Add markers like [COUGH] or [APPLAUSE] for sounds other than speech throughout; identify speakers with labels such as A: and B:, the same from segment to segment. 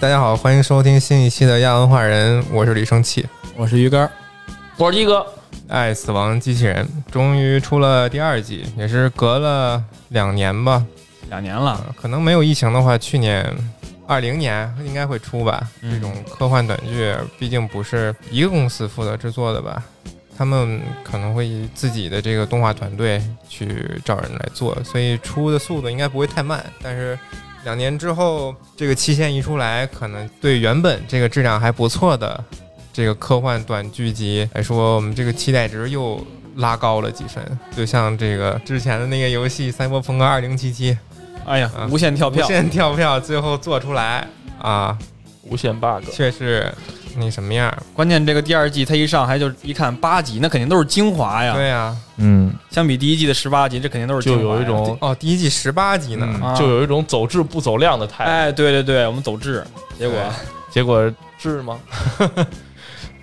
A: 大家好，欢迎收听新一期的亚文化人，我是李生气。
B: 我是鱼竿儿，
C: 我是鸡哥，
A: 爱死亡机器人终于出了第二季，也是隔了两年吧，
B: 两年了，
A: 呃可能没有疫情的话，去年二零年应该会出吧。
B: 嗯
A: 这种科幻短剧毕竟不是一个公司负责制作的吧，他们可能会以自己的这个动画团队去找人来做，所以出的速度应该不会太慢。但是两年之后，这个期限一出来，可能对原本这个质量还不错的这个科幻短剧集来说，我们这个期待值又。拉高了几分，就像这个之前的那个游戏《赛博朋克2077》，
B: 哎呀
C: 嗯
A: 啊，
B: 无限跳
A: 无
B: 票，
A: 限跳票，最后做出来啊，
C: 无限 bug，
A: 却是那什么样儿？
B: 关键这个第二季它一上来就一看八集，那肯定都是精华呀。
A: 对啊呀、
C: 嗯，
B: 相比第一季的十八集，这肯定都是
C: 就
B: 精华呀
C: 有一种
A: 哦，第一季十八集呢，
B: 啊
C: 嗯就有一种走质不走量的态
B: 哎，对对对，我们走质，结果
C: 度，结果质吗？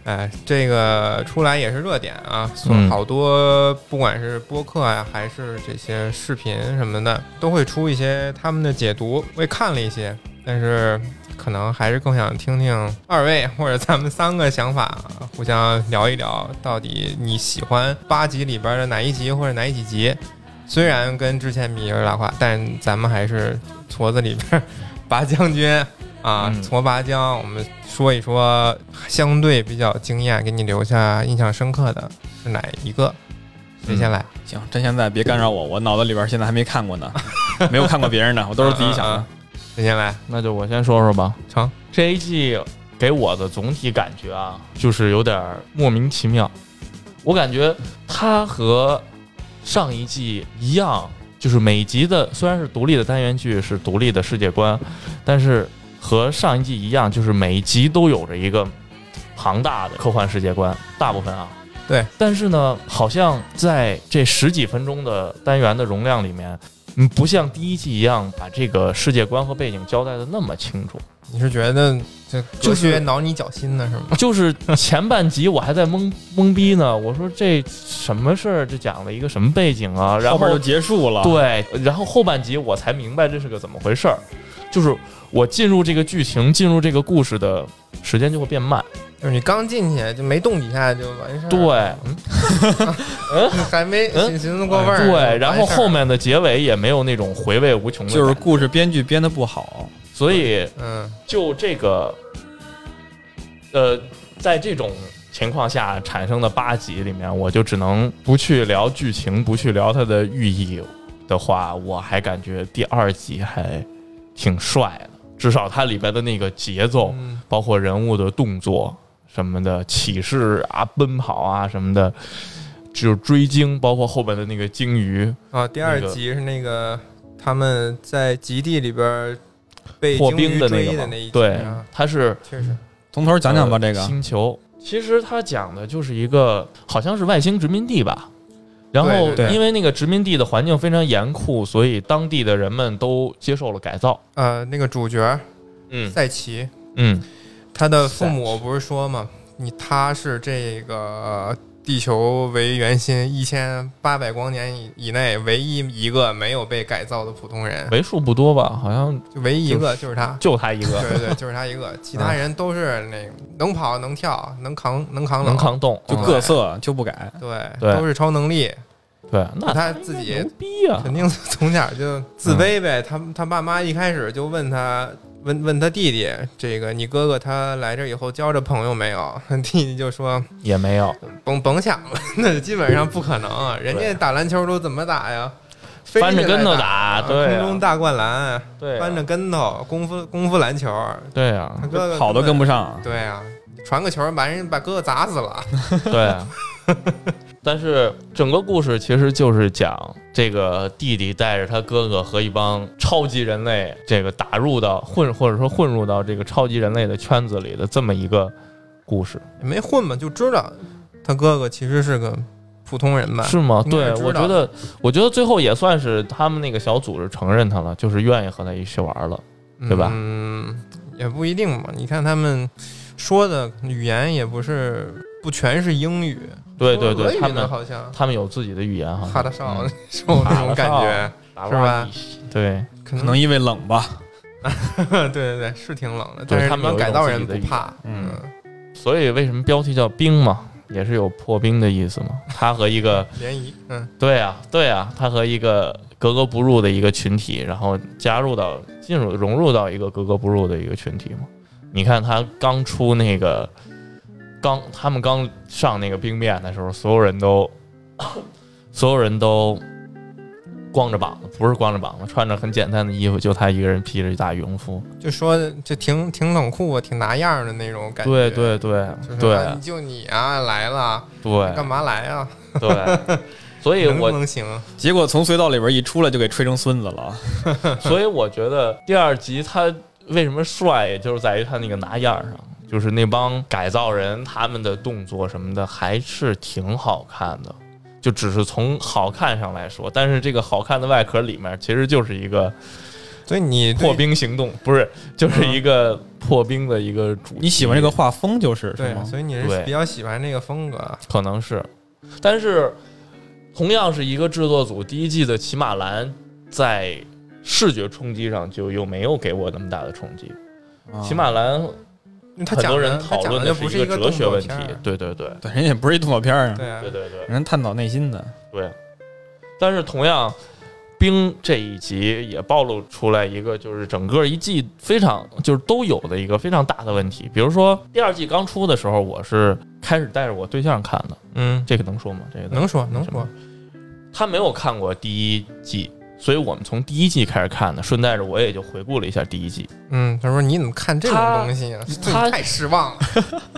A: 哎，这个出来也是热点啊，所
C: 嗯
A: 好多不管是播客呀、还是这些视频什么的，都会出一些他们的解读，我也看了一些，但是。可能还是更想听听二位或者咱们三个想法，啊互相聊一聊，到底你喜欢八集里边的哪一集或者哪几集？虽然跟之前比有点拉胯，但咱们还是矬子里边 [LAUGHS] 拔将军啊，
C: 嗯
A: 矬拔将，我们说一说相对比较惊艳，给你留下印象深刻的是哪一个？
C: 嗯
A: 谁先来？
B: 行，趁现在别干扰我，我脑子里边现在还没看过
C: [LAUGHS]
B: 呢，没有看过别人的，我都是自己想
A: 嗯
B: 的。
A: 谁先来？
C: 那就我先说说吧。
A: 成，
C: 这一季给我的总体感觉啊，就是有点儿莫名其妙。我感觉它和上一季一样，就是每集的虽然是独立的单元剧，是独立的世界观，但是和上一季一样，就是每一集都有着一个庞大的科幻世界观，大部分啊。
A: 对，
C: 但是呢，好像在这十几分钟的单元的容量里面，嗯，不像第一季一样把这个世界观和背景交代的那么清楚。
A: 你是觉得这
C: 就
A: 哲
C: 是
A: 学挠你脚心呢是吗？
C: 就是前半集我还在懵懵逼呢，我说这什么事儿？这讲了一个什么背景啊？然
B: 后
C: 后
B: 边就结束了。，
C: 对，然后后半集我才明白这是个怎么回事儿，就是我进入这个剧情、进入这个故事的时间就会变慢。
A: 就是你刚进去就没动几下就完事儿，
C: 对，，嗯
A: 还没
C: 嗯
A: 寻寻思过味儿，
C: 对，然后后
A: 面
C: 面的结尾也没有那种回味无穷的感
B: 就
C: 觉，
B: 是故事编剧编的不好，
C: 所以
A: 嗯
C: 就这个，呃，在这种情况下产生的八集里面，我就只能不去聊剧情，不去聊它的寓意的话，我还感觉第二集还挺帅的，至少它里边的那个节奏，
A: 嗯
C: 包括人物的动作什么的，起势啊、奔跑啊什么的。就是追鲸，包括后边的那个鲸鱼
A: 啊，第二
C: 那个
A: 集是那个他们在极地里边儿被
C: 破
A: 鲸鱼
C: 冰的那
A: 追
C: 个
A: 的
C: 嘛
A: 那一集，
C: 对
A: 啊，
C: 它是
A: 确实，
B: 从头讲讲吧。
C: 呃
B: 这个
C: 星球，其实它讲的就是一个好像是外星殖民地吧。然后
A: 对对
B: 对
C: 因为那个殖民地的环境非常严酷，所以当地的人们都接受了改造。
A: 呃，那个主角儿
C: 嗯
A: 赛奇，
C: 嗯，
A: 他的父母不是说嘛，你他是这个呃地球为圆心一千八百光年以以内唯一一个没有被改造的普通人，
C: 为数不多吧，好像
A: 就唯一一个就是他。
C: 就他一
A: 对
C: 个
A: 对对，就是他一个，其他人都是那个能跑能跳能扛能扛
C: 能
A: 冷，
C: 抗冻。
B: 就
C: 嗯
B: 各色就不改，
A: 对，
C: 对啊
A: 都是超能力，
C: 对，那
A: 他
C: 应该
A: 自己
C: 牛逼啊嗯
A: 肯！定从小就自卑呗。他他爸妈一开始就问他，问问他弟弟，这个你哥哥他来这以后交着朋友没有？ [LAUGHS] 弟弟就说
C: 也没有，
A: 甭甭想了，那基本上不可能啊。人家打篮球都怎么打呀？飞
C: 翻着跟头
A: 起来
C: 打，
A: 打，
C: 对
A: 空中
C: 啊
A: 大灌篮，
C: 对
A: 翻着
C: 啊
A: 跟头，功夫功夫篮球，
C: 对啊
A: 他哥哥
B: 跑都跟
A: 不
B: 不上。
A: 对啊。传个球，把人把哥哥砸死了。
C: [LAUGHS] 对啊。但是整个故事其实就是讲这个弟弟带着他哥哥和一帮超级人类，这个打入到混或者说混入到这个超级人类的圈子里的这么一个故事，
A: 也没混嘛，就知道他哥哥其实是个普通人吧。
C: 是吗？
A: 应该
C: 对
A: 是，知道
C: 我觉得我觉得最后也算是他们那个小组是承认他了，就是愿意和他一起玩了。对吧
A: 嗯，也不一定吧。你看他们说的语言也不是不全是英语，
C: 对对
A: 说俄
C: 对，
A: 语
C: 他
A: 呢
C: 们啊嗯
A: 好像
C: 他们有自己的语言哈，
A: 哈达少那种那种感觉，
C: 打
A: 是吧
C: 吧？对，
A: 可
B: 可能
A: 能
B: 因为冷吧，
A: 对对对，是挺冷的，但
C: 对
A: 是
C: 他
A: 你
C: 们
A: 们
C: 有一
A: 改
C: 种
A: 造
C: 自
A: 人
C: 己的
A: 不
C: 语言
A: 怕，
B: 嗯
A: 嗯，
C: 所以为什么标题叫冰嘛，也是有破冰的意思嘛。他和一个
A: 联谊，嗯，
C: 对啊对啊，他和一个格格不入的一个群体，然后加入到进入融入到一个格格不入的一个群体嘛。你看他刚出那个刚他们刚上那个冰面的时候，所有人都 [COUGHS] 所有人都。光着膀子，不是光着膀子，穿着很简单的衣服，就他一个人披着一大羽绒服。
A: 就说就挺挺冷酷啊，挺拿样儿的那种感
C: 对
A: 觉，
C: 对对
A: 就是
C: 对
A: 啊你就你啊来了，
C: 对，
A: 干嘛来啊？
C: 对，所以
A: 能不
C: 我
A: 能行？啊
B: 结果从隧道里边一出来就给吹成孙子了。
C: 所以我觉得第二集他为什么帅，也就是在于他那个拿样儿上，就是那帮改造人他们的动作什么的还是挺好看的。就只是从好看上来说，但是这个好看的外壳里面其实就是一个
A: 所以你对
C: 破冰行动，不是，就是一个破冰的一个主题。
B: 你喜欢这个画风就是是
A: 对
B: 吗，？
A: 所以你是
C: 嗯对
A: 比较喜欢这个风格，啊
C: 可能是，但是同样是一个制作组，第一季的《骑马兰》在视觉冲击上就又没有给我那么大的冲击。
B: 啊
C: 骑马兰
A: 因为他
C: 很
A: 讲
C: 多
A: 的
C: 人
A: 他
C: 讨
A: 讲
C: 论
A: 的就
C: 一
A: 是一个
C: 哲学
A: 动作
C: 问题
A: 片儿，啊嗯
C: 对对对
B: 对，人也不是一动作片儿啊，
A: 对啊
C: 对，对对
B: 人探讨内心的。
C: 对。但是同样，冰这一集也暴露出来一个，就是整个一季非常就是都有的一个非常大的问题。比如说第二季刚出的时候，我是开始带着我对象看的，
A: 嗯，
C: 这个能说吗？这个
A: 能说能说，
C: 他没有看过第一季，所以我们从第一季开始看的，顺带着我也就回顾了一下第一季，
A: 嗯，他说你怎么看这种
C: 他
A: 东西啊？对
C: 他
A: 你太失望了，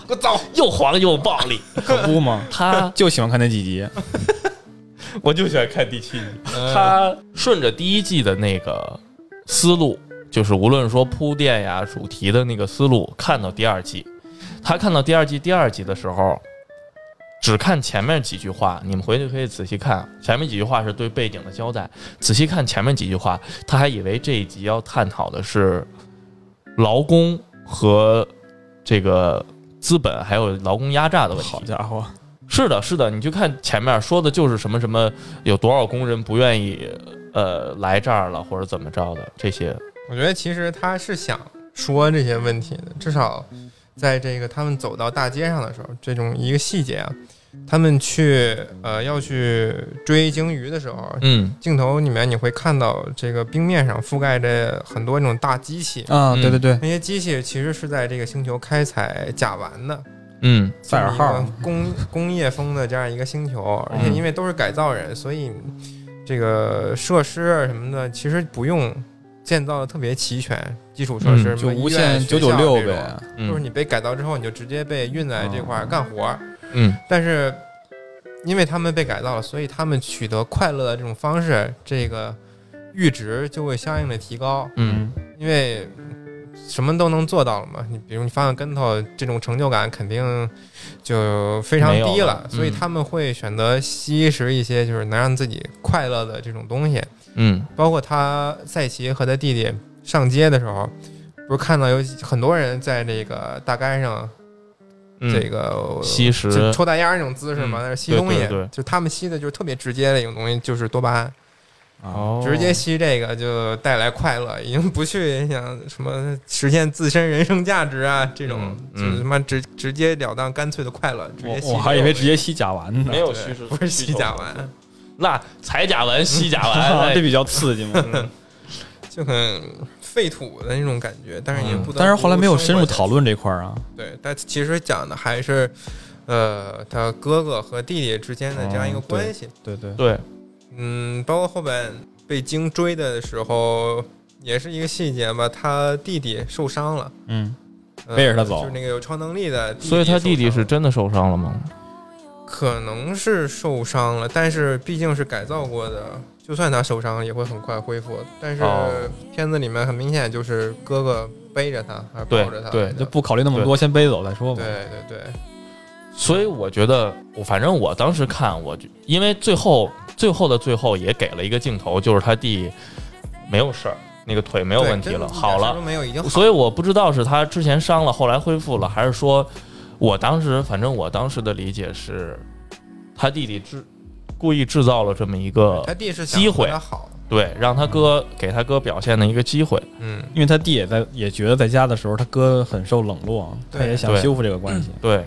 A: 给我走！
C: 又黄又暴力。
B: 可不嘛，
C: 他
B: 就喜欢看那几集。
C: 我就喜欢看第七季，
A: 呃
C: 他顺着第一季的那个思路，就是无论说铺垫呀、主题的那个思路，看到第二季，他看到第二季第二集的时候。只看前面几句话，你们回去可以仔细看。前面几句话是对背景的交代，仔细看前面几句话，他还以为这一集要探讨的是劳工和这个资本还有劳工压榨的问题
B: 好。家伙，
C: 是的，是的，你去看前面说的就是什么什么，有多少工人不愿意呃来这儿了，或者怎么着的这些。
A: 我觉得其实他是想说这些问题的，至少在这个他们走到大街上的时候，这种一个细节啊，他们去呃要去追鲸鱼的时候，
C: 嗯，
A: 镜头里面你会看到这个冰面上覆盖着很多那种大机器，
B: 啊，
C: 嗯
B: 对对对，
A: 那些机器其实是在这个星球开采甲烷的，
C: 嗯，
B: 赛尔号
A: 这么
B: 嗯
A: 一个工工业风的这样一个星球，而且因为都是改造人，所以这个设施啊什么的其实不用建造的特别齐全，基础设施、
B: 嗯就
A: 什么
B: 无
A: 医院
B: 限九九六，
A: 学校这种
B: 呗。
A: 就是
C: 嗯
A: 你被改造之后你就直接被运在这块儿干活儿，
C: 嗯
A: 但是因为他们被改造了，所以他们取得快乐的这种方式，这个阈值就会相应的提高。
C: 嗯，
A: 因为什么都能做到了嘛。你比如你翻个跟头，这种成就感肯定就非常
C: 没
A: 低
C: 有
A: 了，
C: 了嗯
A: 所以他们会选择吸食一些就是能让自己快乐的这种东西。
C: 嗯
A: 包括他赛奇和他弟弟上街的时候，不是看到有很多人在这个大街上
C: 嗯，
A: 这个。
C: 吸食
A: 就抽大烟儿那种姿势嘛，
C: 嗯
A: 那是吸东西，
C: 对对对
A: 就他们吸的就是特别直接的一种东西，就是多巴胺。
B: 啊，
C: 哦
A: 直接吸这个就带来快乐，已经不去想什么实现自身人生价值啊这种，
C: 嗯嗯
A: 就是他妈直直截了当、干脆的快乐，直接吸这
B: 我
A: 个。
B: 我还以为直接吸甲烷呢
C: 没，有
A: 对
C: 吸食，
A: 不是吸甲烷，
C: 那采甲烷、吸甲 [LAUGHS] 哎
B: 啊
C: 烷，
B: 这比较刺激嘛。
C: 嗯
A: 就很废土的那种感觉，但是也
C: 嗯
A: 不得不生活下去。
B: 但是后来没有深入讨论这块儿啊，
A: 对，但其实讲的还是，呃，他哥哥和弟弟之间的这样一个
B: 哦对
A: 关系。
B: 对对，
C: 对，
A: 嗯，包括后边被鲸追的时候，也是一个细节吧，他弟弟受伤了。
B: 嗯，
A: 呃
B: 背着他走
A: 就是那个有超能力的弟弟受伤
C: 所
A: 了。
C: 以他弟弟是真的受伤了吗？
A: 可能是受伤了，但是毕竟是改造过的，就算他受伤也会很快恢复。但是
C: 哦
A: 片子里面很明显就是哥哥背着他，还是
C: 对
A: 抱着他来
C: 对
A: 的，
B: 就不考虑那么多，先背走再说吧
A: 对。对对，
C: 所以我觉得，我反正我当时看，我就因为最后最后的最后也给了一个镜头，就是他弟没有事儿，那个腿没
A: 没
C: 有问题了，好了。
A: 没有已经好
C: 所以我不知道是他之前伤了，后来恢复了，还是说我当时反正我当时的理解是，他弟弟制故意制造了这么一个
A: 他弟是
C: 机会
A: 想让他好，
C: 对，让他哥给他哥表现的一个机会。
A: 嗯，
B: 因为他弟也在也觉得在家的时候他哥很受冷落，他
A: 对
B: 也想
C: 对
B: 修复这个关系。
C: 对，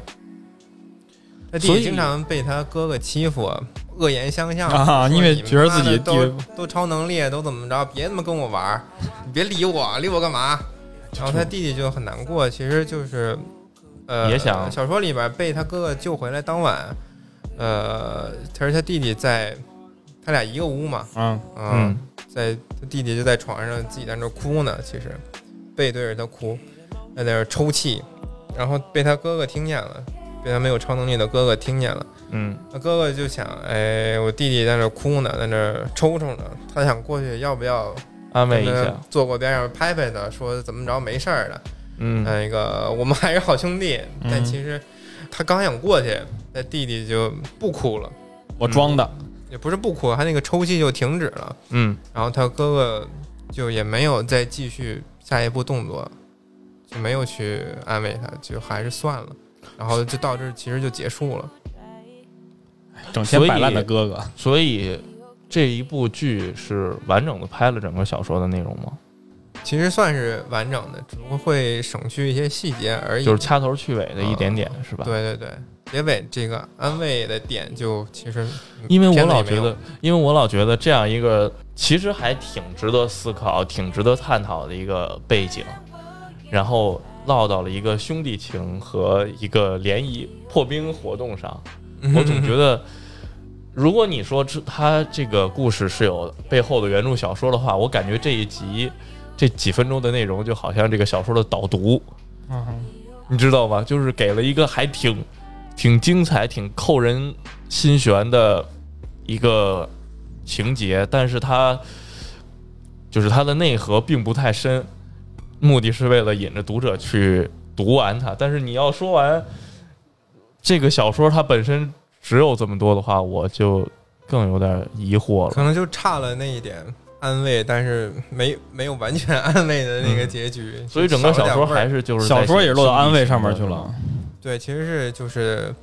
A: 他
C: 所
A: 弟
C: 以
A: 经常被他哥哥欺负，恶言相向
B: 啊
A: 说
B: 因为
A: 你们
B: 觉得
A: 妈
B: 自己
A: 的
B: 地位
A: 都都超能力，都怎么着，别他妈跟我玩儿，你别理我，理我干嘛？然后他弟弟就很难过，其实就是，呃，
C: 也想
A: 小说里边被他哥哥救回来当晚，呃，其实他弟弟在，他俩一个屋嘛，
B: 嗯，
A: 嗯，在他弟弟就在床上自己在那儿哭呢，其实背对着他哭，在那儿抽泣，然后被他哥哥听见了，被他没有超能力的哥哥听见了，
C: 嗯
A: 他哥哥就想，哎，我弟弟在那儿哭呢，在那儿抽抽呢，他想过去要不要
C: 嗯，安慰一
A: 跟
C: 下
A: 他，坐过边上拍拍他，说怎么着没事儿的，
C: 嗯
A: 那个我们还是好兄弟，
B: 嗯
A: 但其实他刚想过去，他弟弟就不哭了，
B: 我装的，
A: 也不是不哭，他那个抽泣就停止了。
C: 嗯，
A: 然后他哥哥就也没有再继续下一步动作，就没有去安慰他，就还是算了。然后就到这儿，其实就结束了。
B: 整天摆烂的哥哥。
C: 所以这一部剧是完整的拍了整个小说的内容吗？
A: 其实算是完整的，只不过会省去一些细节而已。
C: 就是掐头去尾的一点点，是吧？。
A: 对对对，结尾这个安慰的点就其实
C: 因为我
A: 片子里
C: 老
A: 没
C: 觉
A: 有
C: 得，因为我老觉得这样一个其实还挺值得思考、挺值得探讨的一个背景，然后落到了一个兄弟情和一个联谊破冰活动上，
A: 嗯 [LAUGHS]
C: 我总觉得，如果你说这他这个故事是有背后的原著小说的话，我感觉这一集这几分钟的内容就好像这个小说的导读，
B: 嗯，
C: 你知道吗？就是给了一个还挺挺精彩、挺扣人心弦的一个情节，但是它就是它的内核并不太深，目的是为了引着读者去读完它。但是你要说完这个小说它本身只有这么多的话，我就更有点疑惑了。
A: 可能就差了那一点安慰，但是没没有完全安慰的那个结局，
C: [LAUGHS] 嗯所以整个
A: 少
C: 小
A: 了点
C: 说
A: 味儿
C: 还是就是
B: 小说也落到安慰上面
C: 面
B: 去了。。
A: 对，其实是就是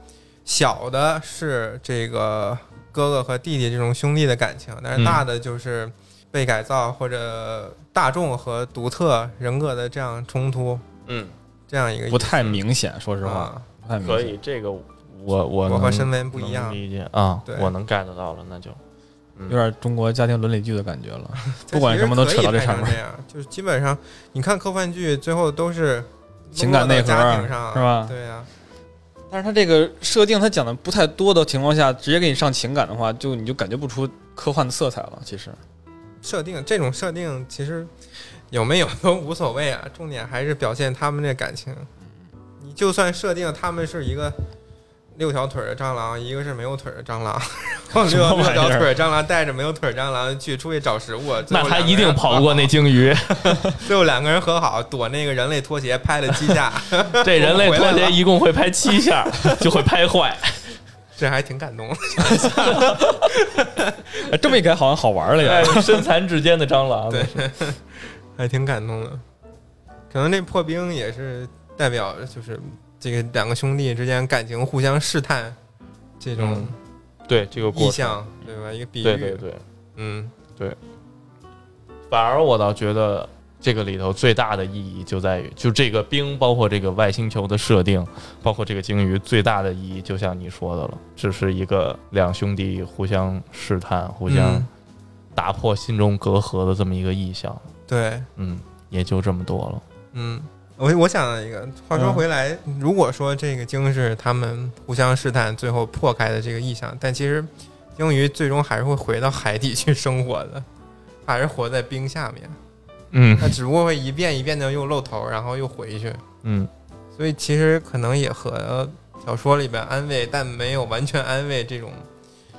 A: 小的是这个哥哥和弟弟这种兄弟的感情，但是
C: 嗯
A: 大的就是被改造或者大众和独特人格的这样冲突，
C: 嗯，
A: 这样一个
B: 不太明显，说实话，
A: 啊，
B: 不太明
C: 可
B: 显。
C: 以，这个我嗯我
A: 我和
C: 能
A: 身边不一样
C: 能，理解啊
A: 对，
C: 我能 get 到了，那就
B: 有点中国家庭伦理剧的感觉了。
A: 它
B: 不管
A: 其实
B: 什么都
A: 可以
B: 扯到这
A: 拍
B: 上
A: 成
B: 面
A: 这样，就是基本上你看科幻剧最后都是
B: 情感内
A: 落
B: 核
A: 到家庭上
B: 是吧
A: 啊对呀、
B: 但是他这个设定，他讲的不太多的情况下，直接给你上情感的话，就你就感觉不出科幻的色彩了。其实，
A: 设定这种设定其实有没有都无所谓啊， [LAUGHS] 重点还是表现他们这感情。你就算设定他们是一个六条腿儿的蟑螂，一个是没有腿儿的蟑螂， [LAUGHS] 然后
B: 什
A: 六六
B: 么玩意
A: 条
B: 儿
A: 腿儿蟑螂带着没有腿儿蟑螂去出去找食物，最
C: [LAUGHS] 那
A: 后
C: 他
A: 两个
C: 一定
A: 人
C: 跑不过那鲸
A: [LAUGHS]
C: 鱼。
A: 最后两个人 [LAUGHS] 和好，躲那个人类拖鞋拍了七
C: [LAUGHS]
A: 下，
C: 这人类拖鞋一共会拍七
A: [LAUGHS]
C: 下，就会拍坏。
A: 这还挺感动 [LAUGHS] 的。
B: 哎这么一改好像好玩了
C: 哎
B: 呀。
C: 身残志坚的蟑螂，
A: 对，还挺感动的。可能这破冰也是代表，就是这个两个兄弟之间感情互相试探这种
C: 嗯对这个
A: 意
C: 过程，
A: 象，对吧？一个比喻，
C: 对对对。
A: 嗯，
C: 反而我倒觉得这个里头最大的意义就在于，就这个冰，包括这个外星球的设定，包括这个鲸鱼，最大的意义就像你说的了，只是一个两兄弟互相试探、互相
A: 嗯
C: 打破心中隔阂的这么一个意象。
A: 对，
C: 嗯，也就这么多了。
A: 嗯。我我想了一个，话说
B: 嗯
A: 回来，如果说这个鲸是他们互相试探，最后破开的这个意象，但其实鲸鱼最终还是会回到海底去生活的，还是活在冰下面。
C: 嗯
A: 它只不过会一遍一遍的又露头，然后又回去。
C: 嗯，
A: 所以其实可能也和小说里边安慰但没有完全安慰这种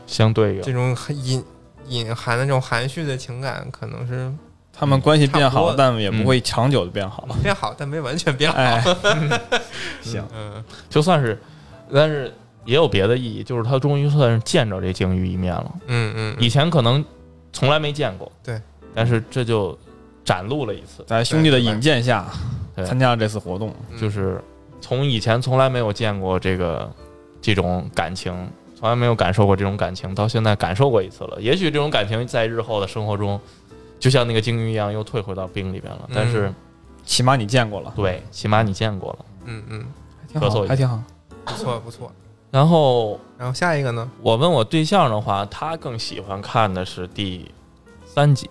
C: 相对啊应
A: 这。种很隐隐含的这种含蓄的情感，可能是
B: 他们关系变
A: 差不
B: 好，
A: 多
B: 但也不会长久的变好。
A: [LAUGHS]
C: 啊
A: 变好，但没完全变好。 [LAUGHS]
B: 哎，行，
A: 嗯，
C: 就算是，但是也有别的意义，就是他终于算是见着这鲸鱼一面了。
A: 嗯嗯
C: 以前可能从来没见过，
A: 对，
C: 但是这就展露了一次，
B: 在兄弟的引荐下，
C: 对
B: 参加了这次活动。
A: 嗯，
C: 就是从以前从来没有见过这个这种感情，从来没有感受过这种感情，到现在感受过一次了。也许这种感情在日后的生活中，就像那个鲸鱼一样，又退回到冰里边了。但是，
B: 起码你见过了，
C: 对，起码你见过了。
A: 嗯嗯，
B: 挺
C: 咳
B: 好，
C: 嗽一下
B: 还挺好。
A: 不错不错。
C: 然后
A: 然后下一个呢？
C: 我问我对象的话，他更喜欢看的是第三集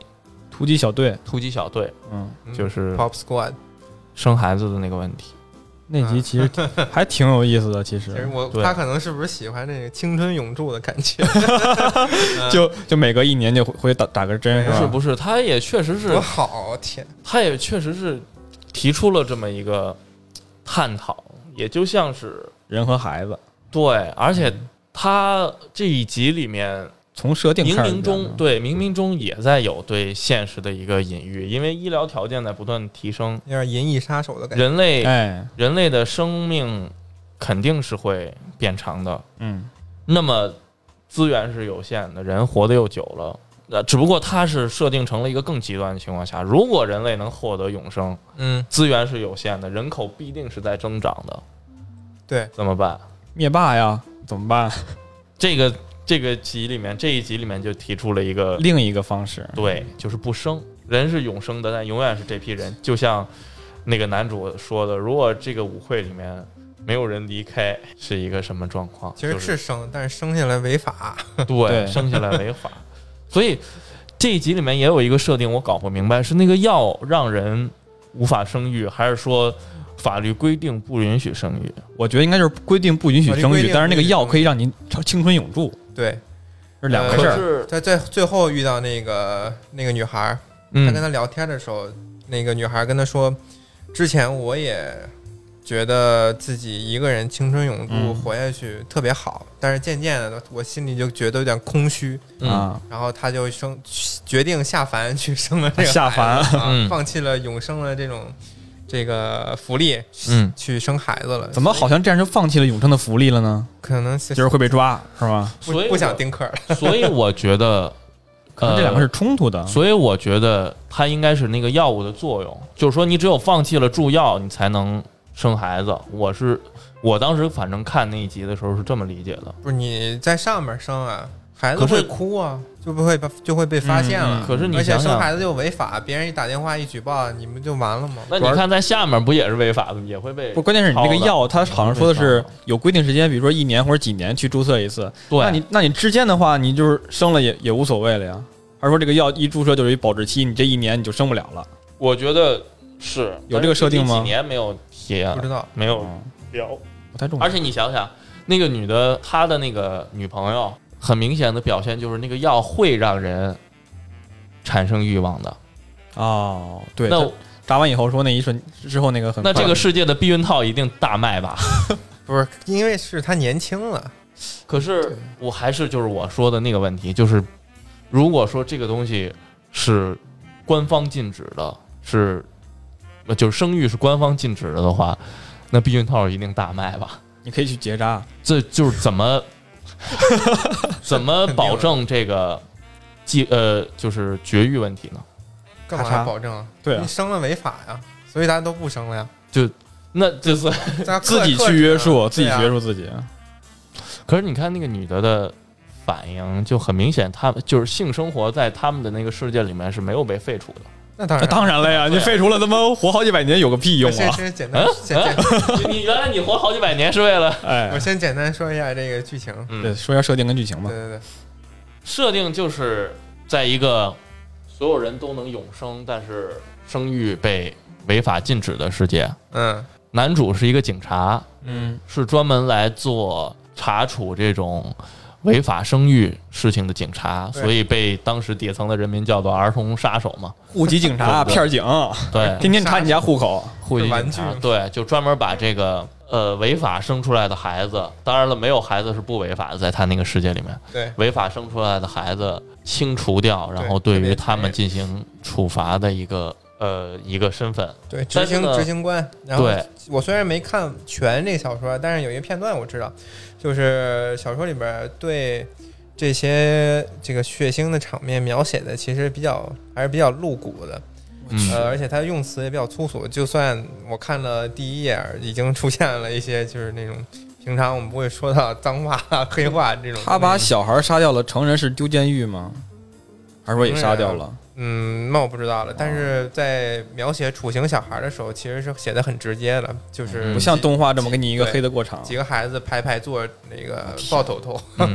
B: 突击小队，
C: 《突击小队
B: 嗯，
A: 嗯》，
C: 就是
A: Pop Squad。
C: 生孩子的那个问题。
B: 那
A: [LAUGHS]
B: 集其实挺还挺有意思的，其
A: 其实
B: 实
A: 我
C: 对
A: 他可能是不是喜欢那个青春永驻的感
C: [LAUGHS]
A: 觉？
B: [LAUGHS]
A: 嗯
B: 就就每隔一年就回回打打个针，
C: 不
B: 吧？
C: 是不是，他也确实是
A: 多好，天！
C: 他也确实是提出了这么一个探讨，也就像是
B: 人和孩子
C: 对，而且他这一集里面
B: 从设定
C: 冥
B: 开始
C: 冥
B: 就
C: 中对冥冥中也在有对现实的一个隐喻，因为医疗条件在不断提升，
A: 有点银翼杀手的感觉。
C: 人类
B: 哎，
C: 人类的生命肯定是会变长的，
B: 嗯，
C: 那么资源是有限的，人活得又久了。呃，只不过它是设定成了一个更极端的情况下，如果人类能获得永生，
A: 嗯，
C: 资源是有限的，人口必定是在增长的，
A: 对，
C: 怎么办？
B: 灭霸呀，怎么办？
C: 这个这个集里面，这一集里面就提出了一个，
B: 另一个方式，
C: 对，就是不生，人是永生的，但永远是这批人。就像那个男主说的，如果这个舞会里面没有人离开，是一个什么状况？
A: 其实
C: 就是
A: 生，但是生下来违法。
C: 对，
B: 对
C: 生下来违法。 [LAUGHS] 所以这一集里面也有一个设定，我搞不明白，是那个药让人无法生育，还是说法律规定不允许生育？
B: 我觉得应该就是规定不允许
A: 法律
B: 生
A: 规
B: 育，
A: 定
B: 但是那个
A: 不允许
B: 药
A: 生育
B: 可以让您青春永驻，
A: 对，
B: 这是两
A: 呃
B: 回事
C: 可
B: 儿。
C: 是，
A: 在在最后遇到那个那个女孩儿，他跟
C: 嗯，
A: 她聊天的时候，那个女孩跟他说，之前我也觉得自己一个人青春永驻
B: 嗯
A: 活下去特别好，但是渐渐的我心里就觉得有点空虚，
C: 嗯，
B: 啊，
A: 然后他就生决定下凡去生了这个
B: 下凡
A: 孩子啊
C: 嗯
A: 放弃了永生的这种这个福利，
C: 嗯
A: 去生孩子了。
B: 怎么好像这样就放弃了永生的福利了呢？
A: 可能就
B: 就是会被抓，是吧？
A: 不
C: 所以
A: 不想
C: 我
A: 丁克了？
C: [LAUGHS] 所以我觉 [LAUGHS] 得，
B: 可能这两个
C: 呃
B: 是冲突的。
C: 所以我觉得它应该是那个药物的作用，就是说你只有放弃了注药，你才能生孩子。我是我当时反正看那一集的时候是这么理解的。
A: 不是你在上面生啊，孩子
C: 可是
A: 会哭啊，就不会被就会被发现了。
B: 嗯
C: 可是你
A: 而且
C: 想
A: 生
C: 想，
A: 孩子又违法，别人一打电话一举报，你们就完了吗？
C: 那你看在下面不也是违法的，也会被
B: 不，关键是你这个药，它好像说的
C: 被
B: 是
C: 抓
B: 有规定时间，比如说一年或者几年去注射一次。
C: 对
B: 那你那你之间的话，你就是生了也也无所谓了呀。还是说这个药一注射就是一保质期，你这一年你就生不了了？
C: 我觉得是
B: 有这个设定吗
C: 但是这几年没有提啊
A: 不，知道，
C: 没有
B: 嗯，
C: 聊。
B: 不太重要。
C: 而且你想想，那个女的她的那个女朋友，很明显的表现就是那个药会让人产生欲望的。
B: 哦，对，
C: 那
B: 它扎完以后说那一瞬之后那个很
C: 那这
B: 快
C: 个世界的避孕套一定大卖吧？
A: 不是因为是他年轻了，
C: 可是我还是就是我说的那个问题，就是如果说这个东西是官方禁止的，是呃就是生育是官方禁止的的话，那避孕套一定大卖吧？
B: 你可以去结扎，
C: 这就是怎 [LAUGHS] 么怎么保证这个既呃就是绝育问题呢？
A: 干嘛
B: 咔嚓
A: 要保证啊？
B: 对啊
A: 你生了违法呀，所以大家都不生了
B: [LAUGHS]
A: 呀，
C: 那就是，
A: 大家克
B: 自己去约束，
A: 克
B: 自
A: 制
B: 己
A: 啊
B: 去约束自己。
C: 可是你看那个女的的反应就很明显，她们就是性生活在他们的那个世界里面是没有被废除的。
A: 对呀那当
B: 那
A: 然，
B: 当然了呀，你废除了他妈活好几百年有个屁用
A: 我
B: 啊！
A: 先先简单，先简单，
C: [LAUGHS] 你你原来你活好几百年是为了
A: 我
B: 哎，
A: 先简单说一下这个剧情。
B: 对，说一下设定跟剧情吧
A: 对。对对，
C: 设定就是在一个所有人都能永生，但是生育被违法禁止的世界。
A: 嗯
C: 男主是一个警察，
B: 嗯，
C: 是专门来做查处这种违法生育事情的警察，
A: 对
C: 所以被当时底层的人民叫做儿童杀手嘛。
B: 户籍警察、
C: 对
B: 片儿警，
A: [LAUGHS]
C: 对，
B: 天天查你家户口。
C: 户籍
A: 玩
C: 警
A: 具
C: 察，对，就专门把这个呃违法生出来的孩子，当然了，没有孩子是不违法的，在他那个世界里面，
A: 对，
C: 违法生出来的孩子清除掉，然后
A: 对
C: 对
A: 特别
C: 于他们进行处罚的一个呃一个身份，
A: 对，执
C: 但是
A: 行
C: 呢
A: 执行官。然后
C: 对，
A: 我虽然没看全这小说，但是有一个片段我知道，就是小说里边对这些这个血腥的场面描写的其实比较还是比较露骨的，呃，
C: 嗯，
A: 而且它用词也比较粗俗。就算我看了第一页，已经出现了一些就是那种平常我们不会说到脏话、啊黑话这种。
B: 他把小孩杀掉了，成人是丢监狱吗？还是说也杀掉了？
A: 嗯，那我不知道了。但是在描写处刑小孩的时候，其实是写的很直接的，就是
C: 嗯
B: 不像动画这么给你一个
A: 对
B: 黑的过场。
A: 几个孩子排排坐那个抱头头，
C: 嗯，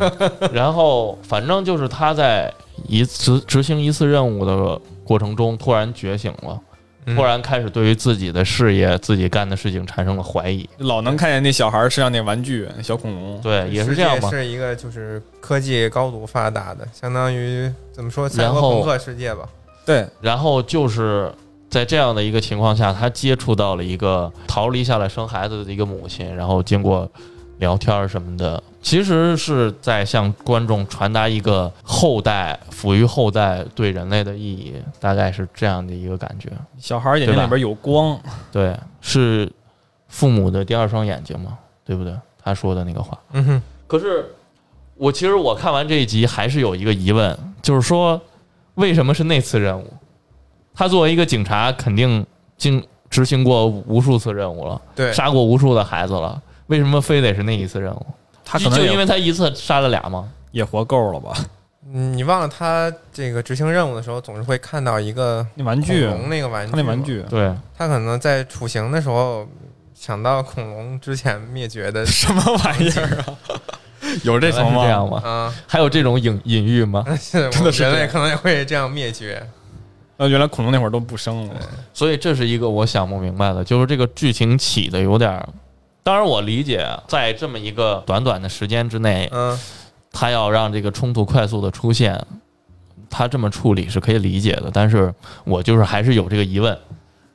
C: 然后反正就是他在一执执行一次任务的过程中，突然觉醒了，
A: 嗯
C: 突然开始对于自己的事业、自己干的事情产生了怀疑。
B: 老能看见那小孩身上那玩具小恐龙，
C: 对，也是这样
A: 世
C: 嘛
A: 界。是一个就是科技高度发达的，相当于怎么说赛
C: 然
A: 博
C: 后
A: 朋克世界吧。
B: 对，
C: 然后就是在这样的一个情况下，他接触到了一个逃离下来生孩子的一个母亲，然后经过聊天儿什么的，其实是在向观众传达一个后代抚育后代对人类的意义，大概是这样的一个感觉。
B: 小孩眼睛里边有光，
C: 对，是父母的第二双眼睛嘛，对不对？他说的那个话。
A: 嗯哼，
C: 可是我其实我看完这一集还是有一个疑问，就是说为什么是那次任务？他作为一个警察，肯定经执行过无数次任务了，
A: 对，
C: 杀过无数的孩子了，为什么非得是那一次任务？
B: 他可
C: 就
B: 能
C: 就
B: 也
C: 因为他一次杀了俩吗？
B: 也活够了吧？
A: 嗯你忘了他这个执行任务的时候，总是会看到一个
B: 那玩
A: 恐
B: 具，
A: 龙那个玩具，
B: 他啊那玩，具 [LAUGHS]
C: 对，
A: 他可能在处刑的时候想到恐龙之前灭绝的 [LAUGHS]
B: 什么玩意儿啊？ [LAUGHS] 有这
C: 原来
B: 层
C: 是
B: 吗？
C: 这样吗？ [LAUGHS]
A: 啊，
C: 还有这种隐隐喻吗？
A: 是
B: 真的是
A: 我们人
B: 这
A: 类
B: 样
A: 可能也会这样灭绝。
B: 那原来恐龙那会儿都不生了，
C: 所以这是一个我想不明白的，就是这个剧情起的有点儿。当然，我理解，在这么一个短短的时间之内，
A: 嗯，
C: 他要让这个冲突快速的出现，他这么处理是可以理解的。但是我就是还是有这个疑问，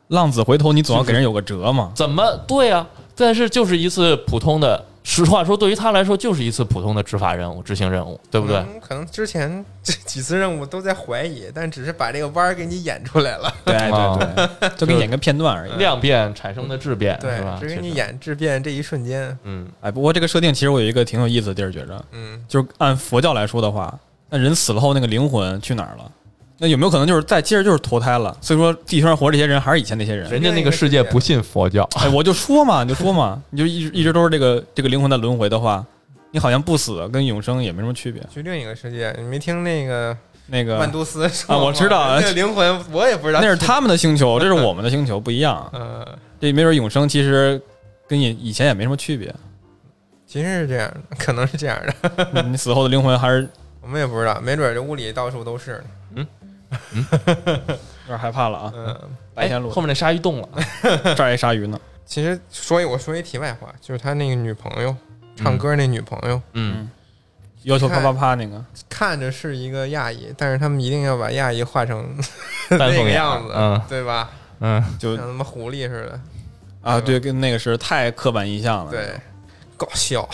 B: 浪子回头，你总要给人有个辙嘛。
C: 怎么对啊？但是就是一次普通的，实话说，对于他来说就是一次普通的执法任务、执行任务，对不对
A: 可？能？可能之前这几次任务都在怀疑，但只是把这个弯儿给你演出来了。
B: 对对
C: 啊
B: 对，就给你演个片段而已。
C: 量变产生的质变，
A: 对
C: 是吧，？
A: 只给你
C: 其实，
A: 演质变这一瞬间。
C: 嗯，
B: 哎，不过这个设定其实我有一个挺有意思的地儿，觉着
A: 嗯，
B: 就是按佛教来说的话，那人死了后那个灵魂去哪儿了？那有没有可能就是再接着就是投胎了？所以说地球上活着这些人还是以前那些人。
C: 人家那个世界不信佛教，
B: 哎，我就说嘛，你就说嘛， [LAUGHS] 你就一直一直都是这个这个灵魂在轮回的话，你好像不死跟永生也没什么区别。
A: 去另一个世界，你没听那个
B: 那个
A: 曼都斯说
B: 啊
A: 吗
B: 我知道
A: 那个灵魂我也不知道。
B: 那是，他们的星球，这是我们的星球不一样。
A: 呃，
B: 这没准永生其实跟以以前也没什么区别，
A: 其实是这样的，可能是这样的，
B: 你死后的灵魂还是有
A: 我们也不知道，没准儿这屋里到处都是呢。
B: 点害怕了啊。
A: 嗯，
B: 白天
C: [LAUGHS] 哎
B: 录的
C: 后面那鲨鱼动了，
B: 这儿一鲨鱼呢，
A: 其实说一我说一题外话，就是他那个女朋友，唱歌那女朋友，
C: [LAUGHS] 嗯，
B: 要求啪啪啪那个，
A: 看着是一个亚裔，但是他们一定要把亚裔画成
C: 丹
A: 那
C: 凤
A: 个
C: 眼
A: 样子，
C: 嗯
A: 对吧？
C: 嗯，
B: 就
A: 像他妈狐狸似的，
B: 啊，对，跟那个是太刻板印象了。
A: 对，搞笑，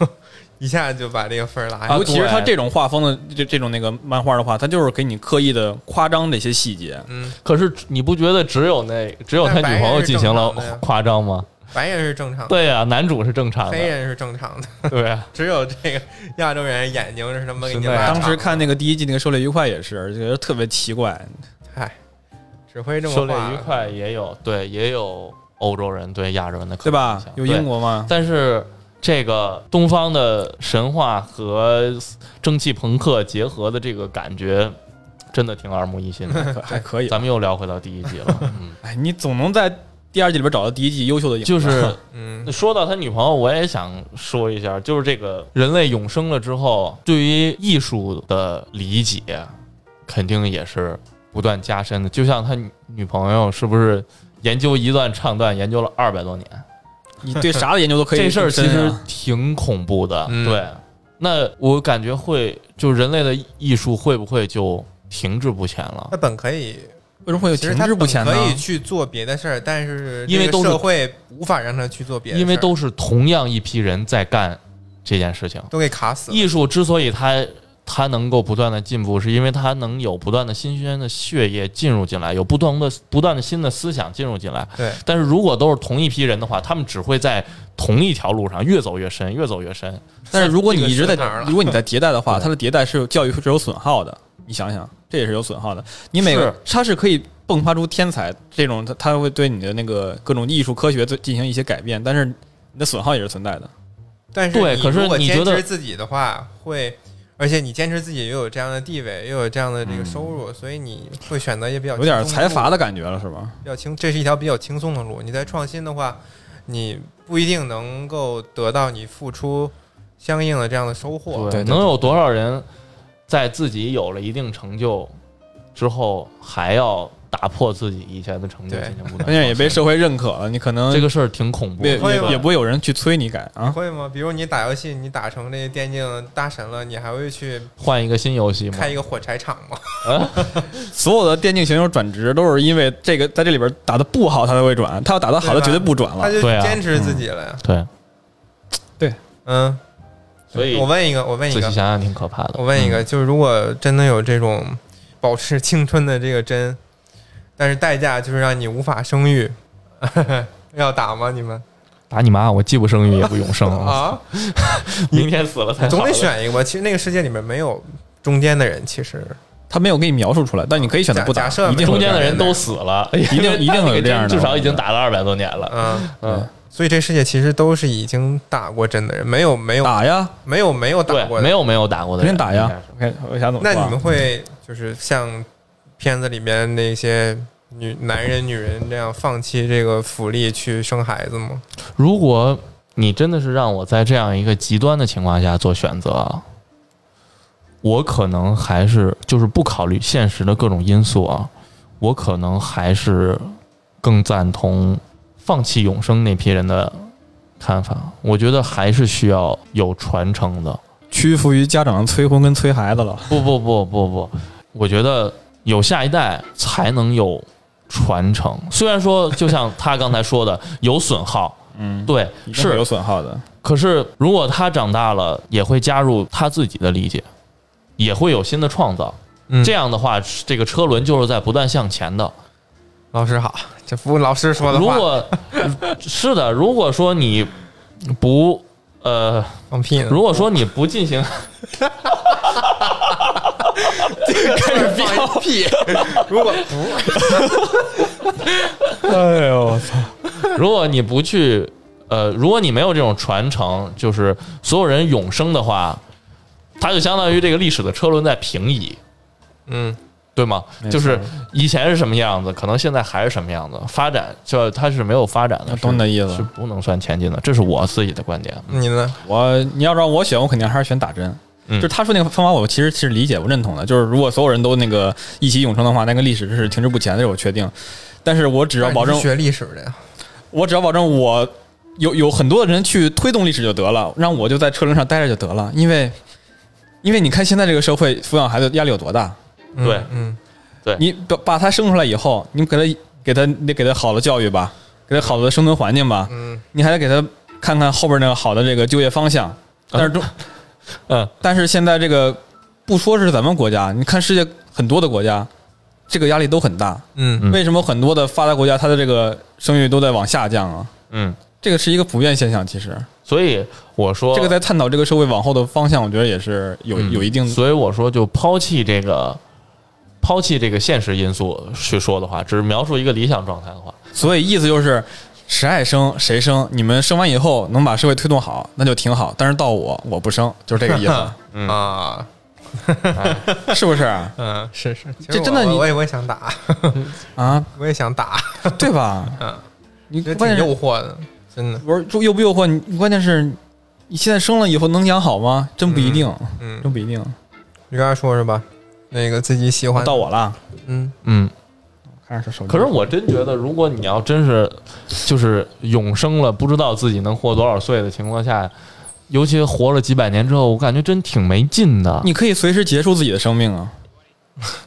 A: [LAUGHS] 一下就把这个分儿拉下
C: 啊
A: 来
B: 尤。其是
C: 对
B: 他这种画风的这这种那个漫画的话，他就是给你刻意的夸张这些细节。
A: 嗯，
C: 可是你不觉得只有那只有他女朋友进行了
A: 但白人是正常的呀
C: 夸张吗？
A: 白人是正常的，
C: 对呀、男主是正常
A: 黑
C: 的，
A: 人是正常的， [LAUGHS]
C: 对啊，
A: 只有这个亚洲人眼睛是他妈给你
C: 是那
A: 拉
C: 样
A: 长
B: 当
A: 的
B: 时看那个第一季那个《狩猎愉快》也是，觉得特别奇怪。
A: 嗨，只会这么
C: 狩猎
A: 画
C: 愉快也有，对，也有欧洲人对亚洲人的刻
B: 对
C: 板印
B: 吧
C: 象？
B: 有英
C: 对
B: 国吗？
C: 但是这个东方的神话和蒸汽朋克结合的这个感觉，真的挺耳目一新
B: [LAUGHS]
C: 的。
B: 可还可以。
C: 咱们又聊回到第一季了，
B: [LAUGHS]
C: 嗯，
B: 哎，你总能在第二季里边找到第一季优秀的影子
C: 就
B: 吧。
C: 是
A: 嗯，
C: 说到他女朋友，我也想说一下，就是这个人类永生了之后，对于艺术的理解，肯定也是不断加深的。就像他女朋友是不是研究一段唱段研究了二百多年？
B: 你对啥的研究都可以
C: 这
B: 更
C: 事
B: 深
C: 儿
B: 啊。
C: 其实挺恐怖的，
A: 嗯
C: 对。那我感觉会，就人类的艺术会不会就停滞不前了
A: 他？本可以，
B: 为什么会有
A: 其实
B: 停
A: 他
B: 滞
A: 本
B: 不前呢
A: 可？以去做别的事儿，但是
C: 因为
A: 这个
C: 都是
A: 社会无法让他去做别的事儿，
C: 因为都是同样一批人在干这件事情。
A: 都给卡死了。
C: 艺术之所以它它能够不断的进步，是因为它能有不断的新鲜的血液进入进来，有不同的不断的新的思想进入进来。
A: 对，
C: 但是如果都是同一批人的话，他们只会在同一条路上越走越深，越走越深。
B: 但是如果你
A: 这个
B: 一直在
A: 是哪儿，了
B: 如果你在迭代的话，
C: 对
B: 它的迭代是有教育是有损耗的。你想想，这也是有损耗的。你每个
C: 是
B: 它是可以迸发出天才这种，它它会对你的那个各种艺术科学做进行一些改变，但是你的损耗也是存在的。
A: 但是
C: 对
A: 你
C: 可是
A: 如果
C: 你
A: 坚
C: 觉得
A: 持自己的话，会，而且你坚持自己又有这样的地位，又有这样的这个收
C: 嗯
A: 入，所以你会选择一呃个比较
B: 有点
A: 轻松的
B: 财阀
A: 路
B: 的感觉了，是
A: [LAUGHS]
B: 吧？
A: 比较轻，这是一条比较轻松的路。你在创新的话，你不一定能够得到你付出相应的这样的收获。
C: 对，
D: 对对
C: 能有多少人在自己有了一定成就之后，还要打破自己以前的成就
A: 对哎
C: 进行不
B: 关键
C: 断？
B: 也被社会认可了，你可能
C: 这个事儿挺恐怖的，
B: 也
A: 会吧
B: 也也不会有人去催你改啊。
A: 会吗？比如你打游戏，你打成这电竞大神了，你还会去
C: 换一个新游戏吗？
A: 开一个火柴厂吗？
B: 所有的电竞选手转职都是因为这个，在这里边打的不好，他才会转；他要打的 [LAUGHS] 好，
A: 对吧
B: 他绝对不转
A: 他
B: 了。
A: 就
C: 对啊
A: 坚持自己了呀。
C: 对，
A: 嗯，
C: 所以
A: 我问一个，我问一
C: 仔细
A: 个
C: 想，想挺可怕的。
A: 我问一个，就是如果真的有这种保持青春的这个针，但是代价就是让你无法生育， [LAUGHS] 要打吗？你们
C: 打你妈！我既不生育也不永生啊！
A: 啊？
C: [LAUGHS] 明天死了
A: [LAUGHS]
C: 才
A: 总
C: 好
A: 得
C: 了。
A: 选一个吧。其实那个世界里面没有中间的人，其实
B: 他没有给你描述出来，但你可以选择不打。
A: 假假设
B: 一定会
C: 中间
B: 有
C: 的
B: 这样
C: 人都死了， [LAUGHS] 一
B: 定一定有这样的
C: 至少已经打了二百多年了。
A: 嗯，
C: 嗯，
A: 所以这世界其实都是已经打过针的人，没有没有
B: 打呀，
A: 没有没有打
C: 对
A: 过，的。
C: 没有没有打过的
B: 肯
C: 人
B: 定打
C: 应
B: 呀
C: 该是。
B: OK，我想怎么说
A: 那
B: 啊？
A: 你们会就是像片子里面那些女男人、女人这样放弃这个福利去生孩子吗？
C: 如果你真的是让我在这样一个极端的情况下做选择啊，我可能还是就是不考虑现实的各种因素啊，我可能还是更赞同放弃永生那批人的看法。我觉得还是需要有传承的。
B: 屈服于家长的催婚跟催孩子了。
C: 不不不不不，我觉得有下一代才能有传承。虽然说，就像他刚才说的，有损耗，
B: 嗯，
C: 对，
B: 一定会
C: 是
B: 有损耗的。
C: 可是，如果他长大了，也会加入他自己的理解，也会有新的创造。
A: 嗯
C: 这样的话，这个车轮就是在不断向前的。
A: 老师好，这服务老师说的
C: 如
A: 话，
C: 果
A: [LAUGHS]
C: 是的，如果说你不呃，
A: 放屁呢？
C: 如果说你不进行，
A: 开始放屁， [LAUGHS] 如果
B: 哎呦我操！
C: [LAUGHS] 如果你不去呃，如果你没有这种传承，就是所有人永生的话，它就相当于这个历史的车轮在平移。
A: 嗯，
C: 对吗？
B: 没错
C: 就是以前是什么样子，可能现在还是什么样子。发展就它是没有发展的，
B: 懂你的意思
C: 是不能算前进的。这是我自己的观点。
A: 你呢？
B: 我你要让我选，我肯定还是选打针。
C: 嗯
B: 就是他说那个方法，我其实是理解，我认同的。就是如果所有人都那个一起永生的话，那个历史是停滞不前的，这我确定。但是我只要保
A: 你
B: 证
A: 是，学历史的呀，
B: 我只要保证我有有很多的人去推动历史就得了，让我就在车轮上待着就得了。因为，因为你看现在这个社会抚养孩子压力有多大，
A: 嗯
C: 对
A: 嗯，
B: 你把把他生出来以后，你给他给他你得给他好的教育吧，给他好的生存环境吧，
A: 嗯，
B: 你还得给他看看后边那个好的这个就业方
C: 啊
B: 向。但是中
C: 嗯，
B: 但是现在这个不说是咱们国家，你看世界很多的国家，这个压力都很大。
A: 嗯
C: 嗯
B: 为什么很多的发达国家它的这个生育都在往下降啊？
C: 嗯，
B: 这个是一个普遍现象，其实
C: 所以我说
B: 这个在探讨这个社会往后的方向，我觉得也是有
C: 嗯
B: 有一定
C: 所以我说就抛弃这个。抛弃这个现实因素去说的话，只是描述一个理想状态的话，
B: 所以意思就是，谁爱生谁生，你们生完以后能把社会推动好，那就挺好。但是到我我不生， [LAUGHS] 就是这个意思，
C: 嗯
A: 啊，
B: 是不是
A: 嗯，是是，其实
B: 这真的
A: 我
B: 你
A: 我也我也想打，
B: 啊？
A: 我也想打， [LAUGHS]
B: 对吧？
A: 嗯，
B: 你
A: 觉得
B: 关
A: 挺
B: 键是
A: 诱惑的，真的，
B: 不是诱不诱惑？你关键是你现在生了以后能养好吗？真不一定，
A: 嗯，
B: 真不一定。
A: 你刚才说是吧？那个自己喜欢，
B: 到我了，
A: 嗯，
C: 嗯。
B: 看着是手机。
C: 可是我真觉得，如果你要真是就是永生了，不知道自己能活多少岁的情况下，尤其活了几百年之后，我感觉真挺没劲的。
B: 你可以随时结束自己的生命啊。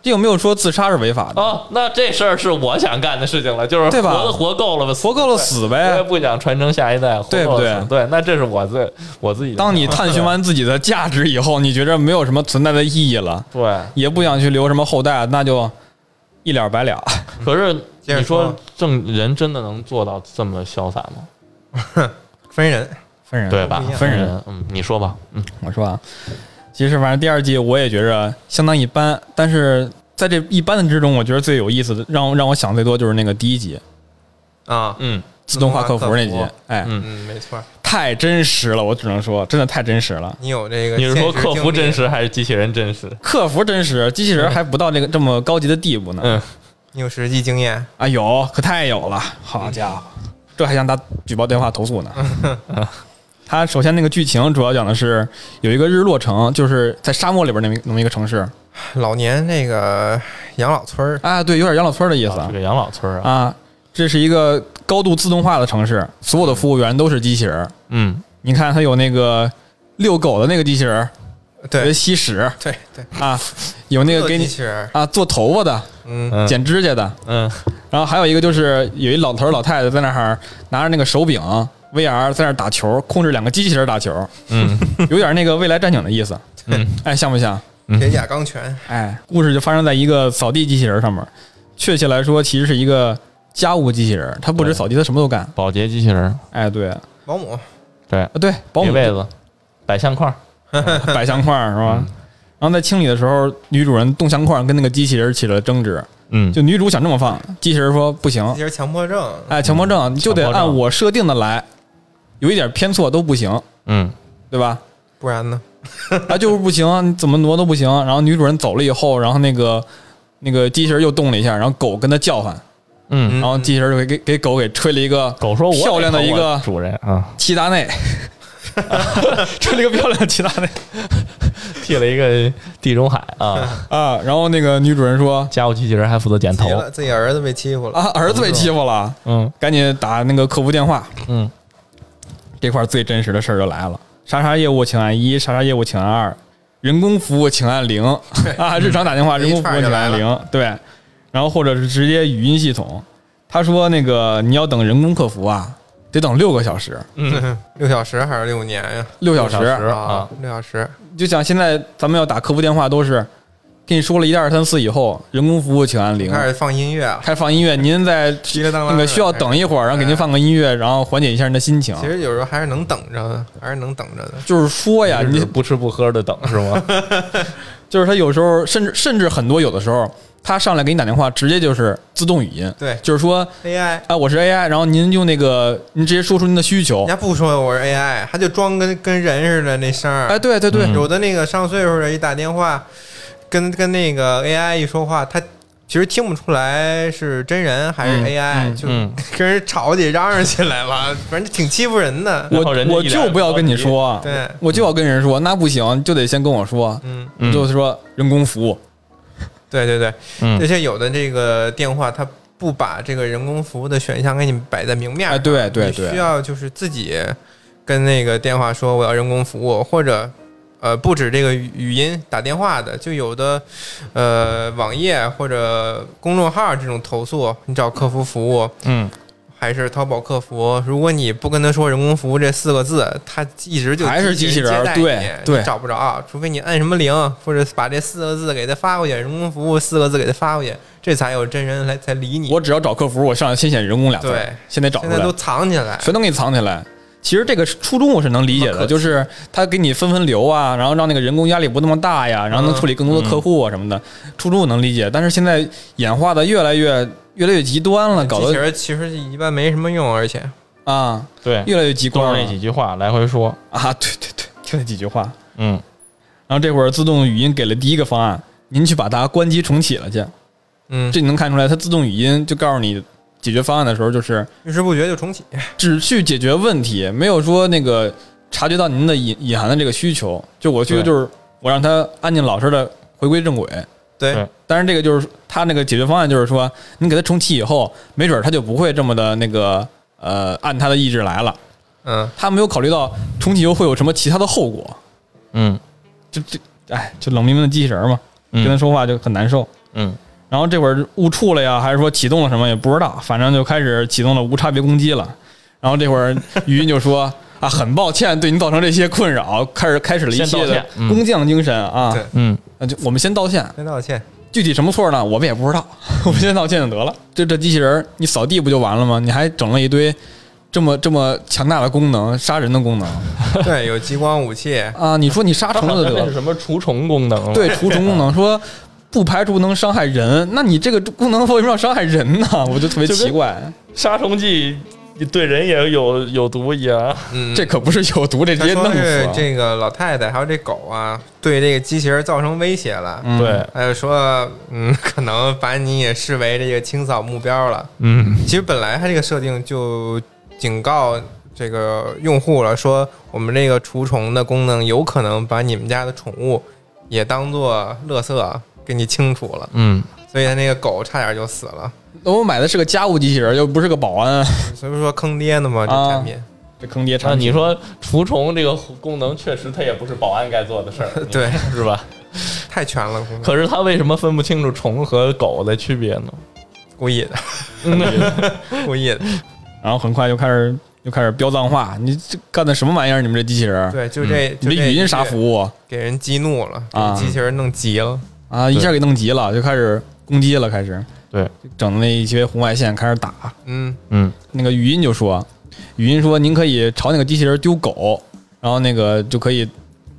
B: 这有没有说自杀是违法的？
C: 哦，那这事儿是我想干的事情了，就是
B: 对吧
C: 活的活够了吧，
B: 活够了死
C: 对我也
B: 呗。
C: 不想传承下一代，活
B: 对
C: 够
B: 不
C: 了死对，那这是我自我自己的想法。
B: 当你探寻完自己的价值以后，你觉着没有什么存在的意义了，
C: 对，
B: 也不想去留什么后代，那就一了百了。
C: 可是
A: 接着
C: 你
A: 说
C: 说正人真的能做到这么潇洒吗？
A: 分人，
B: 分人
C: 对吧
A: 不一？样
B: 分
C: 分
B: 人
C: 人，嗯，你说吧，嗯，
B: 我说啊，其实反正第二季我也觉着相当一般，但是在这一般的之中，我觉得最有意思的，让让我想最多就是那个第一集
A: 啊，
C: 嗯
B: 自动化客服那
A: 自
B: 集
A: 动化客。
B: 哎，
C: 嗯
A: 嗯，没错，
B: 太真实了，我只能说真的太真实了。
A: 你有这个？
C: 嗯你是说客服真？实还是机器人真实？
B: 客服真实，机器人还不到这个这么高级的地步呢。
C: 嗯，
A: 你有实际经验？
B: 啊，有可太有了，好家伙，这还想打举报电话投诉呢。
A: [LAUGHS]
B: 他首先那个剧情主要讲的是有一个日落城，就是在沙漠里边那么一那么一个城市
A: 老年那个养老村儿，
B: 啊，对，有点养老村的意思
A: 哦
C: 啊这个养老村儿啊，
B: 啊。这是一个高度自动化的城市，所有的服务员都是机器人儿。
C: 嗯，
B: 你看，它有那个遛狗的那个机器人儿，有
A: 对
B: 吸屎
A: 对对，
B: 啊，有那个
A: 做
B: 给
A: 机
B: 你
A: 器人儿，
B: 啊做头发的、
A: 嗯，
C: 嗯
B: 剪指甲的，
C: 嗯
B: 然后还有一个就是有一老头儿老太太在那儿拿着那个手柄 VR 在那儿打球，控制两个机器人打球，
C: 嗯
B: [LAUGHS] 有点那个未来战警的意思。
C: 嗯
B: 哎，像不像？
A: 铁甲钢拳，
B: 哎，故事就发生在一个扫地机器人上面。确切来说，其实是一个家务机器人，它不止扫地，它什么都干。
C: 保洁机器人，
B: 哎，对，啊
A: 保姆，
B: 对，保
C: 叠
B: 姆
C: 被子，摆相框，
B: 摆相框是吧
C: 嗯？
B: 然后在清理的时候，女主人动相框跟那个机器人起了争执，
C: 嗯，
B: 就女主想这么放，机器人说不行
A: 机，器人强迫症，
B: 哎，强迫症你就得
C: 强迫症
B: 按我设定的来，有一点偏错都不行，
C: 嗯
B: 对吧？
A: 不然呢？
B: 啊，就是不行，你怎么挪都不行。然后女主人走了以后，然后那个那个机器人又动了一下，然后狗跟它叫唤，
C: 嗯，
A: 嗯
B: 然后机器人就给给给狗给吹了一个
C: 狗说我
B: 漂亮的一个
C: 我主人啊，
B: 齐达内， [LAUGHS] 吹了一个漂亮的齐达内
C: 剃了一个地中海
B: [LAUGHS]
C: 啊，
B: 啊。然后那个女主人说
C: 家务机器人还负责剪头
A: 急，了，自己儿子被欺负了，
B: 啊，儿子被欺负了，
C: 嗯
B: 赶紧打那个客服电话。
C: 嗯
B: 这块儿最真实的事儿就来了：啥啥业务请按一，啥啥业务请按二，人工服务请按零 [LAUGHS] 啊，日常打电话人工服务请按
A: 这一
B: 零，对，然后或者是直接语音系统。他说那个你要等人工客服啊，得等六个小时，
C: 嗯，
A: 六小时还是六年呀？
B: 六小
C: 小
B: 时。
C: 啊，，
A: 六小时，
B: 就像现在咱们要打客服电话都是，跟你说了一二三四以后，人工服务请按零，
A: 开始放音乐了，
B: 开放音乐，您在
A: 提了当啷
B: 那个需要
A: 的
B: 等一会儿，然后给您放个音乐，然后缓解一下您的心情。
A: 其实有时候还是能等着的，还是能等着的。
B: 就是说哎呀，
C: 就是
B: 你
C: 不吃不喝的等是吗？
B: 就是他有时候甚至甚至很多有的时候，他上来给你打电话，直接就是自动语音，
A: 对
B: 就是说，
A: AI，
B: 哎，我是 AI，然后您用那个您直接说出您的需求
A: 人，家不说我是 AI，他就装跟跟人似的那声儿。
B: 哎，对对对，
C: 嗯
A: 有的那个上岁数的，一打电话，跟跟那个 AI 一说话，他其实听不出来是真人还是
B: 嗯
A: AI，、
B: 嗯
A: 就
C: 嗯，
A: [LAUGHS] 跟人吵起嚷嚷起来了，反正挺欺负人的。
C: 然后人家
B: 我我
C: 一脸
B: 就不要跟你说，
A: 对，
B: 我就要跟人说，那不行，你就得先跟我说，
A: 嗯，
C: [LAUGHS] 嗯
B: 就是说人工服务，
A: 对对对，
C: 嗯
A: 而且有的这个电话它不把这个人工服务的选项给你摆在明面上，
B: 哎，对对
A: 嗯你需
B: 对，
A: 要就是自己跟那个电话说我要人工服务，或者呃不止这个语语音打电话的，就有的呃网页或者公众号这种投诉，你找客服服务
C: 嗯
A: 还是淘宝客服，如果你不跟他说人工服务这四个字，他一直就
B: 还是机器人
A: 接待你
B: 对对
A: 你找不着，啊除非你摁什么零，或者把这四个字给他发过去，人工服务四个字给他发过去，这才有真人来才理你。
B: 我只要找客服，我上来先写人工俩字
A: 对
B: 儿，现在找出
A: 现在
B: 来
A: 都，藏起来，
B: 全都给你藏起来。其实这个初衷我是能理解
A: 那可
B: 的，
A: 惜
B: 就是他给你分分流啊，然后让那个人工压力不那么大呀，然后能处理更多的客户啊什么的，初衷我能理解。但是现在演化的越来越越来越极端了，搞
A: 机器
B: 得
A: 人其实一般没什么用，而且
B: 啊
C: 对，
B: 越来越极
C: 都
B: 端
C: 是那
B: 了
C: 几句话来回说，
B: 啊！ [LAUGHS] 对对对，就那几句话。
C: 嗯
B: 然后这会儿自动语音给了第一个方案，您去把它关机重启了去。
A: 嗯，
B: 这你能看出来，它自动语音就告诉你解决方案的时候，就是
A: 遇事不决就重启。
B: 只去解决问题，没有说那个察觉到您的隐隐含的这个需求。就我的需求
C: 对
B: 就是我让它安静老实的回归正轨。
A: 对
C: 对
B: 但是这个就是它那个解决方案，就是说你给它重启以后，没准它就不会这么的那个呃按它的意志来了。
A: 嗯，
B: 他没有考虑到重启又会有什么其他的后果，
C: 嗯
B: 就这哎就冷冰冰的机器人嘛，跟他
C: 嗯
B: 说话就很难受。
C: 嗯
B: 然后这会儿误触了呀，还是说启动了什么也不知道，反正就开始启动了无差别攻击了。然后这会儿语音就说 [LAUGHS] 啊，很抱歉对您造成这些困扰，开始开始了一
C: 先
B: 系列
C: 道
B: 的
C: 歉嗯
B: 工匠精神啊
A: 对，
C: 嗯
B: 那就我们先道歉，
A: 先道
B: [LAUGHS]
A: 歉。
B: 具体什么错呢？我们也不知道， [LAUGHS] 我们先道歉就得了。就这机器人儿，你扫地不就完了吗？你还整了一堆这么这么强大的功能，杀人的功能
A: 对，有激光武器，
B: 啊！你说你杀
C: 它
B: 虫
C: 好
B: 子
C: [LAUGHS] 像
B: 得
C: 那
B: 了
C: 是，什么除虫功能了？
B: 对除虫功能说不排除能伤害人，那你这个功能为什么要伤害人呢？我就特别
C: 就跟
B: 奇怪。
C: 杀虫剂你对人也有有毒一样。
A: 嗯，
B: 这可不是有毒，这直
A: 他
B: 接
A: 说
B: 弄死
A: 是
B: 啊。
A: 这个老太太还有这狗啊，对这个机器人造成威胁了。
B: 嗯
C: 对，
A: 还有说，嗯，可能把你也视为这个清扫目标了。
C: 嗯，
A: 其实本来它这个设定就警告这个用户了，说我们这个除虫的功能有可能把你们家的宠物也当做垃圾给你清除了，
C: 嗯，
A: 所以它那个狗差点就死了。
B: 我买的是个家务机器人，又不是个保安，
A: 所以说坑爹呢嘛，这
B: 啊
A: 产品。
B: 这坑爹
C: 嗯那
B: 产品。
C: 你说除虫这个功能，确实它也不是保安该做的 [LAUGHS] 事儿，
A: 对，
C: 是吧？
A: 太全了，功能
C: 可是它为什么分不清楚虫和狗的区别呢？
A: 故意的，
B: 嗯
A: [LAUGHS] 故
B: [LAUGHS]
A: 意的。
B: 然后很快就开始又开始飙脏话，你这干的什么玩意儿？你们这机器人，
A: 对，就这，就
B: 嗯你这语音啥服务啊
A: 给人激怒了，给
B: 啊
A: 机器人弄急了。
B: 啊？一下给弄急了，就开始攻击了，开始
C: 对，
B: 整那一些红外线开始打。
A: 嗯，
C: 嗯，
B: 那个语音就说，语音说您可以朝那个机器人丢狗，然后那个就可以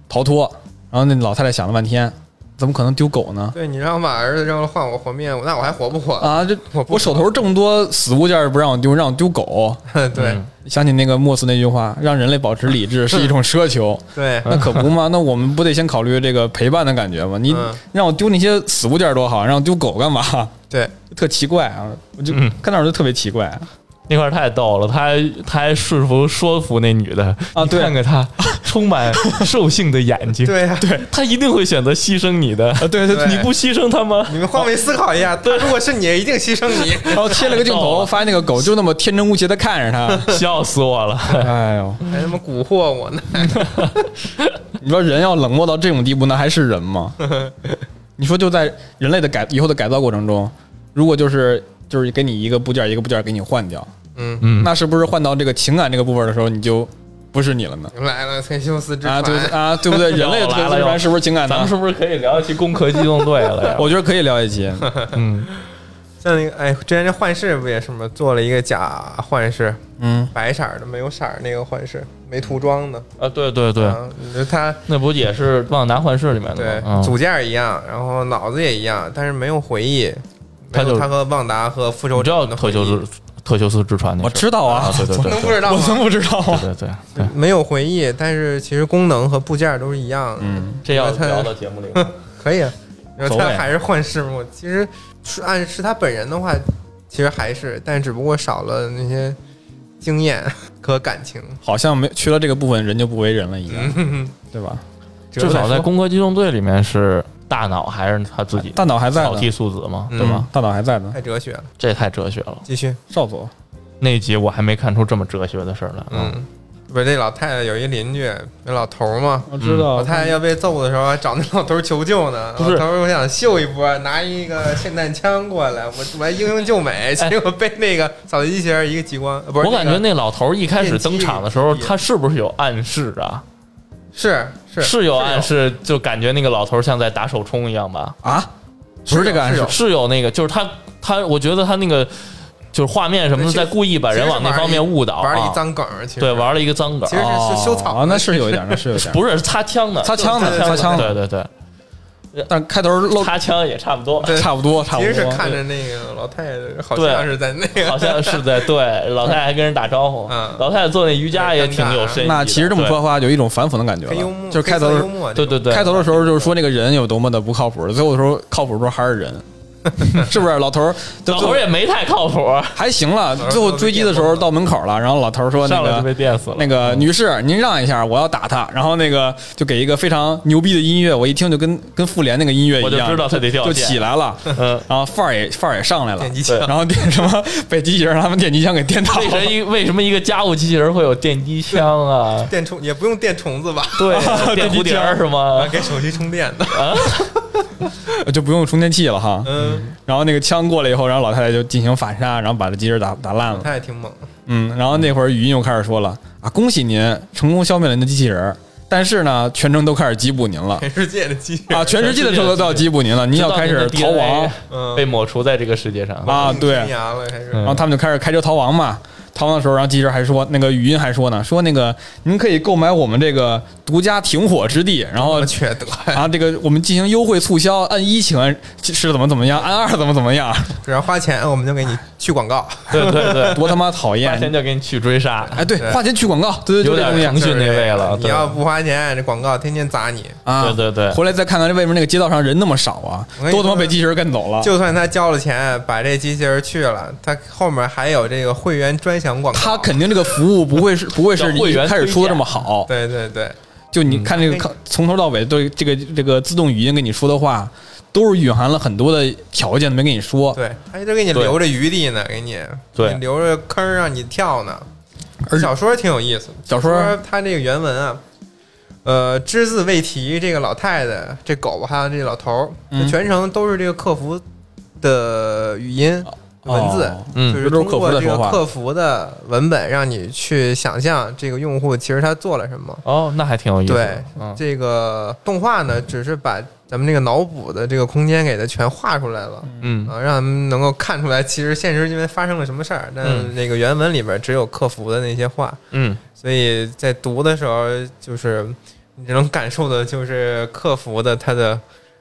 B: 逃脱。然后那老太太想了半天，怎么可能丢狗呢？
A: 对你让我把儿子扔了换我活命，那我还活不活？
B: 啊，这
A: 我不
B: 我手头这么多死物件儿不让我丢，让我丢狗。
A: [LAUGHS] 对
C: 嗯
B: 想起那个莫斯那句话，让人类保持理
C: [LAUGHS]
B: 智是一种奢求，
A: 对，
B: 那可不嘛？那我们不得先考虑这个陪伴的感觉吗？你
A: 嗯
B: 让我丢那些死物件儿多好，让我丢狗干嘛？ [LAUGHS]
A: 对，
B: 特奇怪啊！我就
C: 嗯
B: 看那儿就特别奇怪
C: 那块儿太逗了，他还他还说服说服那女的
B: 啊
C: 你
B: 对
C: 看看 [LAUGHS] 她充满兽性的眼睛，
A: 对呀，
C: 对，她一定会选择牺牲你的，
B: 啊！对对
A: 对
C: 你不牺牲她 [LAUGHS] 吗？
A: 你们换位思考一下，他如果是你，一定牺牲你。 [LAUGHS]
B: 然后切了个镜
C: [LAUGHS] 太逗
B: 头，
C: 了
B: 发现那个狗就那么天真无邪的看着
C: [LAUGHS]
B: 他。
C: 笑死我了！
B: 哎呦，
A: 还他妈蛊惑我呢？
B: 你说人要冷漠到这种地步，那还是人
C: [LAUGHS]
B: 吗？你说就在人类的改以后的改造过程中，如果就是就是给你一个部件儿一个部件儿给你换掉，
A: 嗯，
C: 嗯，
B: 那是不是换到这个情感这个部分的时候，你就不是你了呢？
A: 来了，忒修斯之
B: 啊，
A: 船，
B: 对啊，对不
C: [LAUGHS]
B: 对？人类的特
C: 又来了
B: 斯
C: 又
B: 船是不是情感呢？
C: 咱们是不是可以聊一期《攻壳机动队》了 [LAUGHS] 呀？
B: 我觉得可以聊一期，
C: 嗯，
A: 像那个哎，之前这幻视不也是吗？做了一个假幻视，
B: 嗯，
A: 白色儿的没有色儿那个幻视，没涂装的。
C: 啊，对对对，
A: 啊，你说它
C: 那不也是《旺达幻视》里面
A: 对
C: 的吗？嗯
A: 组件儿一样，然后脑子也一样，但是没有回忆。没
C: 它
A: 有
C: 就
A: 他和旺达和复仇
C: 你知
A: 者
C: 道
A: 的
C: 特
A: 回忆
C: 修斯特修斯之船那
B: 我
C: 事
B: 知道
C: 儿
B: 啊，
C: 对对对，
A: 能不
C: 对
A: 知道
B: [LAUGHS] 我
A: 吗？
B: 真不知道啊。
C: 对对对对，
A: 没有回忆，但是其实功能和部件儿都是一样的。
B: 嗯，
C: 这要聊到节目里吗，
A: 可以啊。然后
B: 所
A: 他
B: 谓
A: 还是幻视嘛，其实是按是他本人的话，其实还是，但只不过少了那些经验和感情。
B: 好像没缺了这个部分，人就不为人了一样，
C: 嗯
B: 对吧？
C: 至少在《攻壳机动队》里面是大脑还是他自己
B: 大脑还在
C: 草
B: 呢，
C: 剃素子嘛，
A: 嗯
C: 对吧？
B: 大脑还在呢。
A: 太哲学了，
C: 这太哲学了。
A: 继续。
B: 少佐，
C: 那集我还没看出这么哲学的事儿来。嗯，
A: 嗯，不是这老太太有一邻居，那老头儿嘛，
B: 我
C: 知
B: 道
A: 老太太要被揍的时候还找那老头儿求救呢。
C: 哦不是
A: 老头儿我想秀一波，拿一个霰弹枪过来，我我来英雄救美，结果被那个扫地机器人一个激光，呃不是
C: 哎嗯我感
A: 那
C: 觉
A: 个
C: 那老头儿一开始登场的时候，
A: 电击
C: 他是不是有暗示啊？
A: 是是
C: 是有暗示，就感觉那个老头儿像在打手冲一样吧？
B: 啊，不是这个暗示
A: 有，
C: 是有那个，就是他他，我觉得他那个就是画面什么的，
A: 其实
C: 在故意把人往那方面误导，
A: 玩了
C: 啊
A: 一脏梗儿，其实
C: 对，玩了一个脏梗
A: 其。实是修草
B: 哦那是有一点，那是有一点，
C: [LAUGHS] 不是是擦枪的，
B: 擦枪
A: 对
B: 的，
A: 对
B: 擦
A: 对
B: 枪
C: 对
B: 的，
C: 对对，
B: 但开头露
C: 擦枪也差不多，
A: 对
B: 差不多，差不
A: 其
B: 多。
A: 实是看着那个老太太，好
C: 对
A: 像是在那个，
C: [LAUGHS] 好像是在对老太太还跟人打招呼，
A: 嗯
C: 老太太做那瑜伽也挺有深意的。
B: 那其实这么
C: 对
B: 说的话，有一种反讽的感觉
A: 很幽默，
B: 了，就是开头
A: 黑色幽默，
C: 对对，对，
B: 开头的时候就是说那个人有多么的不靠谱，最后的时候靠谱的时候还是人， [LAUGHS] 是不是？老头儿，
C: 老头儿也没太靠谱，
B: 还行了
A: 头，儿
B: 最后追击的时候到门口了，然后老头儿说那
C: 上来就
B: 个
C: 被电死了。
B: 那个女士，您让一下，我要打他。然后那个就给一个非常牛逼的音乐，我一听就跟跟复联那个音乐一
C: 我就
B: 样，
C: 知道他得掉
B: 就
C: 线
B: 起来了，
C: 嗯，
B: 然后范儿也范儿也上来了
A: 电。击枪，？
B: 然后电什么被机器人他们电击枪给电倒
C: 为
B: 了，
C: 什么为什么一个家务机器人会有电击枪啊
A: 电虫也不用电虫子吧，
B: [LAUGHS]
C: 对，
B: 电
C: 电
B: 击枪
C: 蝴蝶儿是吗？
A: 给手机充电的，
B: [LAUGHS] 就不用充电器了哈。
A: 嗯，
B: 然后那个枪过来以后，然后老太太就进行反杀，然后把这机器人打打烂了。
A: 他也挺猛，
B: 嗯，然后那会儿语音又开始说了啊，恭喜您成功消灭了您的机器人儿，但是呢，全程都开始缉捕您
A: [LAUGHS]
B: 了
A: 全世界的机器人，
B: 啊，全世界的车都要缉捕您了，您要开始逃亡。
A: 嗯，
C: 被嗯抹除在这个世界上。
B: 啊
A: 硬
B: 对
A: 天涯了还是，
B: 然后他们就开始开车逃亡嘛。逃亡的时候，然后机器人还说，那个语音还说呢，说那个您可以购买我们这个独家停火之地，然后
A: 我缺德呀，
B: [LAUGHS] 啊，这个我们进行优惠促销，按一请按是怎么怎么样，按二怎么怎么样， [LAUGHS]
A: 只要花钱我们就给你去广告，
C: 对对对，
B: 多他妈讨
C: 花钱
B: 厌！
C: 就给你去追杀，
B: 哎，对
A: 对，
B: 花哎钱去广告，对对
C: 有
B: 对，
C: 点
B: 这东
C: 程
B: 西
C: 序那位了。
A: 你
C: 对
A: 要不花钱，这广告天天砸你。
B: 啊，
C: 对对对
B: 回来再看看这为什么那个街道上人那么少啊
A: 我跟，你
B: 都他妈
A: 说
B: 被机器人干走了。
A: 就算他交了钱，把这机器人去了，他后面还有这个会员专享广告。
B: 他肯定这个服务不会是
C: [LAUGHS]
B: 不会是
C: 叫会员
B: 一开始出的这么好，
A: 对对对，
B: 就你
C: 嗯
B: 看
C: 哎
B: 这个看从头到尾对这个这个自动语音跟你说的话，都是蕴含了很多的条件没跟你说，
A: 对，哦他就给你
C: 对
A: 留着余地呢，给你
C: 对
A: 你留着坑儿让你跳呢。
B: 而
A: 小说挺有意思的，
B: 小说
A: 说它这个原文啊，呃，只字未提这个老太太、这狗还有这老头儿，
B: 嗯
A: 这全程都是这个客服的语音。文字
B: 哦，
C: 嗯
A: 就是
B: 都是
A: 通
B: 客服
A: 过
B: 在
A: 这个
B: 说话
A: 客服的文本，让你去想象这个用户其实他做了什么。
C: 哦，那还挺有意思的。
A: 对
C: 嗯，
A: 这个动画呢，只是把咱们这个脑补的这个空间给它全画出来了，
C: 嗯，
A: 啊，让咱们能够看出来，其实现实因为发生了什么事儿。但
C: 嗯
A: 那个原文里边只有客服的那些话，
C: 嗯，
A: 所以在读的时候，就是你能感受的就是客服的他的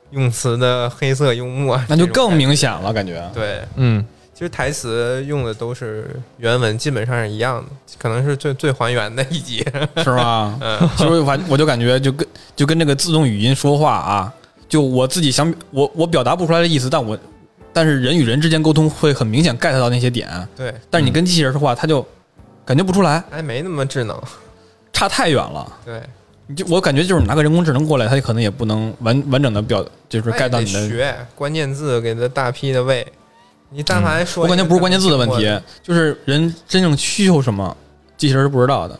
A: 用词的黑色幽默，
B: 那就
A: 这种
B: 更
A: 感觉
B: 明显了，感觉
A: 对。
C: 嗯，
A: 其实台词用的都是原文，基本上是一样的，可能是最最还原的一集。 [LAUGHS]
B: [LAUGHS] 是吧？
A: 嗯，
B: 其实反我就感觉就跟就跟这个自动语音说话啊，就我自己想我我表达不出来的意思，但我但是人与人之间沟通会很明显 get 到那些点，
A: 对，
B: 但是你跟机器人说话，他就感觉不出来，
A: 还没那么智能。
B: 差太远了。
A: 对，
B: 你就我感觉就是你拿个人工智能过来，它可能也不能完完整的表，就是
A: 那也
B: get 到
A: 得
B: 你的。
A: 学关键字，给它大批的喂。你但凡说
B: 嗯我
A: 一个
B: 感
A: 这么听过的，
B: 觉不是关键字的问题，就是人真正需求什么，机器人是不知道的。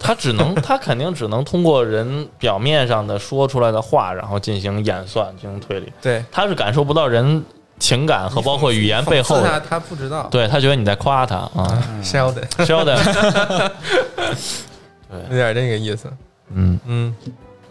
C: 他只能， [LAUGHS] 他肯定只能通过人表面上的说出来的话，然后进行演算、进行推理。
A: 对，
C: 他是感受不到人情感和包括语言背后
A: 讽刺他
C: 的，
A: 他不知道。
C: 对他觉得你在夸他啊
A: Sheldon
C: [LAUGHS] ，Sheldon，
A: 有点这个意思。
C: 嗯，
A: 嗯，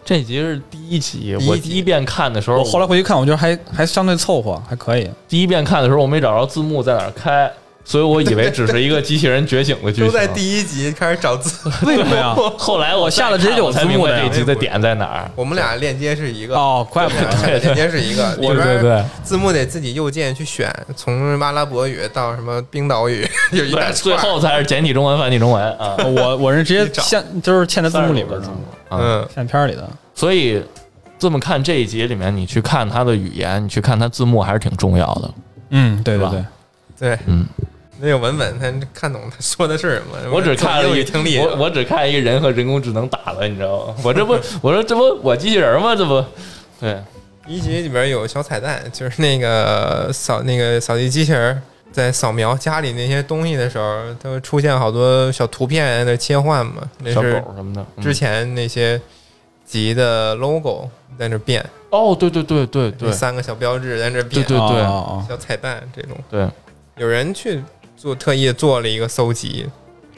C: 这集是第一集，
A: 第一
C: 我
A: 集
C: 第一遍看的时候，
B: 我后来回去看，我觉得还还相对凑合，还可以。
C: 第一遍看的时候我没找着字幕在哪儿开，所以我以为只是一个机器人觉醒的剧情。啊
A: 都在第一集开始找
C: [LAUGHS]
A: 字，
B: 为什么呀？
C: 后来我
B: 下了
C: 了
B: 直接就有
C: 才
B: 字幕
C: 明白
B: 了呀
C: 这集的点在哪 [LAUGHS] 儿。
A: 我们俩链接是一个， [LAUGHS]
B: 哦，怪不 [LAUGHS]
A: 我们
B: 得
A: 俩链接是一个，里
C: 对对
A: 边
C: 对，
A: 字幕得自己右键去选，从阿拉伯语到什么冰岛语， [LAUGHS] 有一大
C: 对，最
A: 串。
C: 后才是简体中文、繁体中文啊，
B: 我我是直
A: 你
B: 接
A: 找
B: 嵌，就是嵌在 [LAUGHS] 字幕里边
C: 字
B: 的，
C: 幕啊。
A: 嗯，
B: 嵌片儿里的。
C: 所以这么看这一集里面，你去看它的语言，你去看它字幕还是挺重要的。
B: 嗯，对对
C: 是
B: 对
C: 吧，
A: 对，
C: 嗯，
A: 那个文本他看懂他说的是什么。
C: [LAUGHS] 我只看了
A: 英
C: 一
A: 语听力，
C: [LAUGHS] 我我只看一个人和人工智能打了，你知道吗？我这不，我说这不我机器人吗？这不，对，
A: 一集里边有小彩蛋，就是那个扫那个扫地机器人在扫描家里那些东西的时候，它会出现好多小图片在那切换嘛，那
C: 小
A: 是
C: 狗什么的。嗯
A: 之前那些集的 logo 在那变，
C: 哦，对对对对
A: 那
C: 对
A: 三个小标志在那变，
C: 对对
B: 哦哦哦
A: 小彩蛋这种，
C: 对，
A: 有人去做特意做了一个搜集，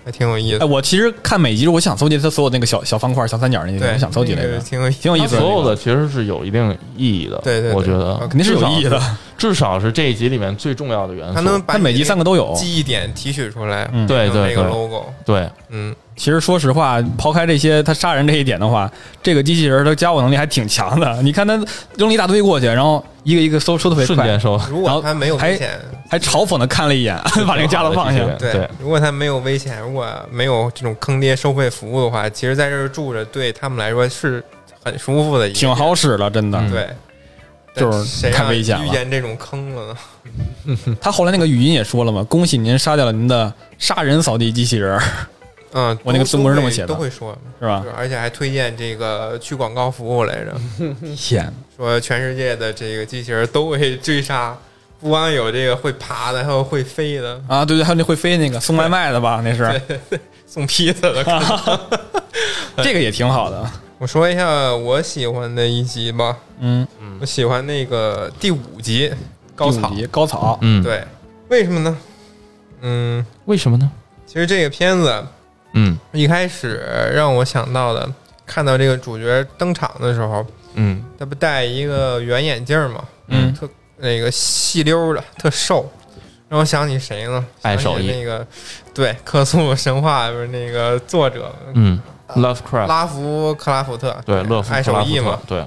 A: 还挺有意思
B: 哎，。我其实看每集，我想搜集它所有那个小小方块、小三角那些，
A: 对，
B: 我想搜集来
A: 那个
B: 着，
A: 挺有意思。
B: 挺有意
C: 它
B: 思的。
C: 所有的其实是有一定意义的，
A: 对对对
C: 我觉得
A: 啊
B: 肯定是有意义的，
C: 至少是这一集里面最重要的元
A: 它
C: 素
A: 能。
B: 它
A: 把
B: 每集三个都有
A: 你。记忆点提取出来，
B: 嗯
C: 对
A: 变成
C: 对
A: 那个
C: 对
A: logo，
C: 对，
A: 嗯，
B: 其实说实话，抛开这些他杀人这一点的话，这个机器人的交互能力还挺强的。你看他扔了一大堆过去，然后一个一个搜，搜的特别
C: 瞬
B: 快
A: [LAUGHS]
C: 间，收。
A: 如
B: 然
A: 果
B: 后
A: 它没有
B: 还
A: 危险，
B: 还嘲讽的看了一眼，把那个架子放下。
C: [LAUGHS] 对
A: 对，如果它没有危险，如果没有这种坑爹收费服务的话，其实在这儿住着对他们来说是很舒服的一个，
B: 挺好使了，真的。
C: 嗯
A: 对。
B: 就是
A: 谁
B: 太
A: 让
B: 危险了嗯
A: 遇见这种坑了呢？
B: 他后来那个语音也说了嘛，恭喜您杀掉了您的杀人扫地机器人，
A: 嗯，
B: 我那个
A: 都
B: 字幕是
A: 都
B: 这么
A: 会
B: 写的
A: 都
B: 啊
A: 会说，
B: 是吧
A: 就？是而且还推荐这个去广告服务来着，
B: 嗯天，
A: 说全世界的这个机器人都会追杀，不光有这个会爬的，还有会飞的，
B: 啊，对对，还有那会飞那个送外卖的吧？那是
A: 送披萨的。
B: [LAUGHS] 这个也挺好的。
A: 我说一下我喜欢的一集吧，
B: 嗯，
A: 我喜欢那个第五集高
B: 第五
A: 草，
B: 集高草，
C: 嗯，，
A: 对，为什么呢？嗯，
C: 为什么呢？
A: 其实这个片子
C: 嗯
A: 一开始让我想到的，看到这个主角登场的时候，
C: 嗯
A: 他不戴一个圆眼镜儿嘛，
B: 嗯
A: 特那个细溜儿的，特瘦，让我想起谁呢？
C: 爱
A: 想
C: 手
A: 起
C: 艺
A: 那个对《克苏鲁神话》不是那个作者
C: 嗯，Lovecraft，
A: 拉夫克拉夫特，
C: 对，乐福
A: 呃爱
C: 克
A: 手
C: 拉夫
A: 艺嘛
C: 特，，对，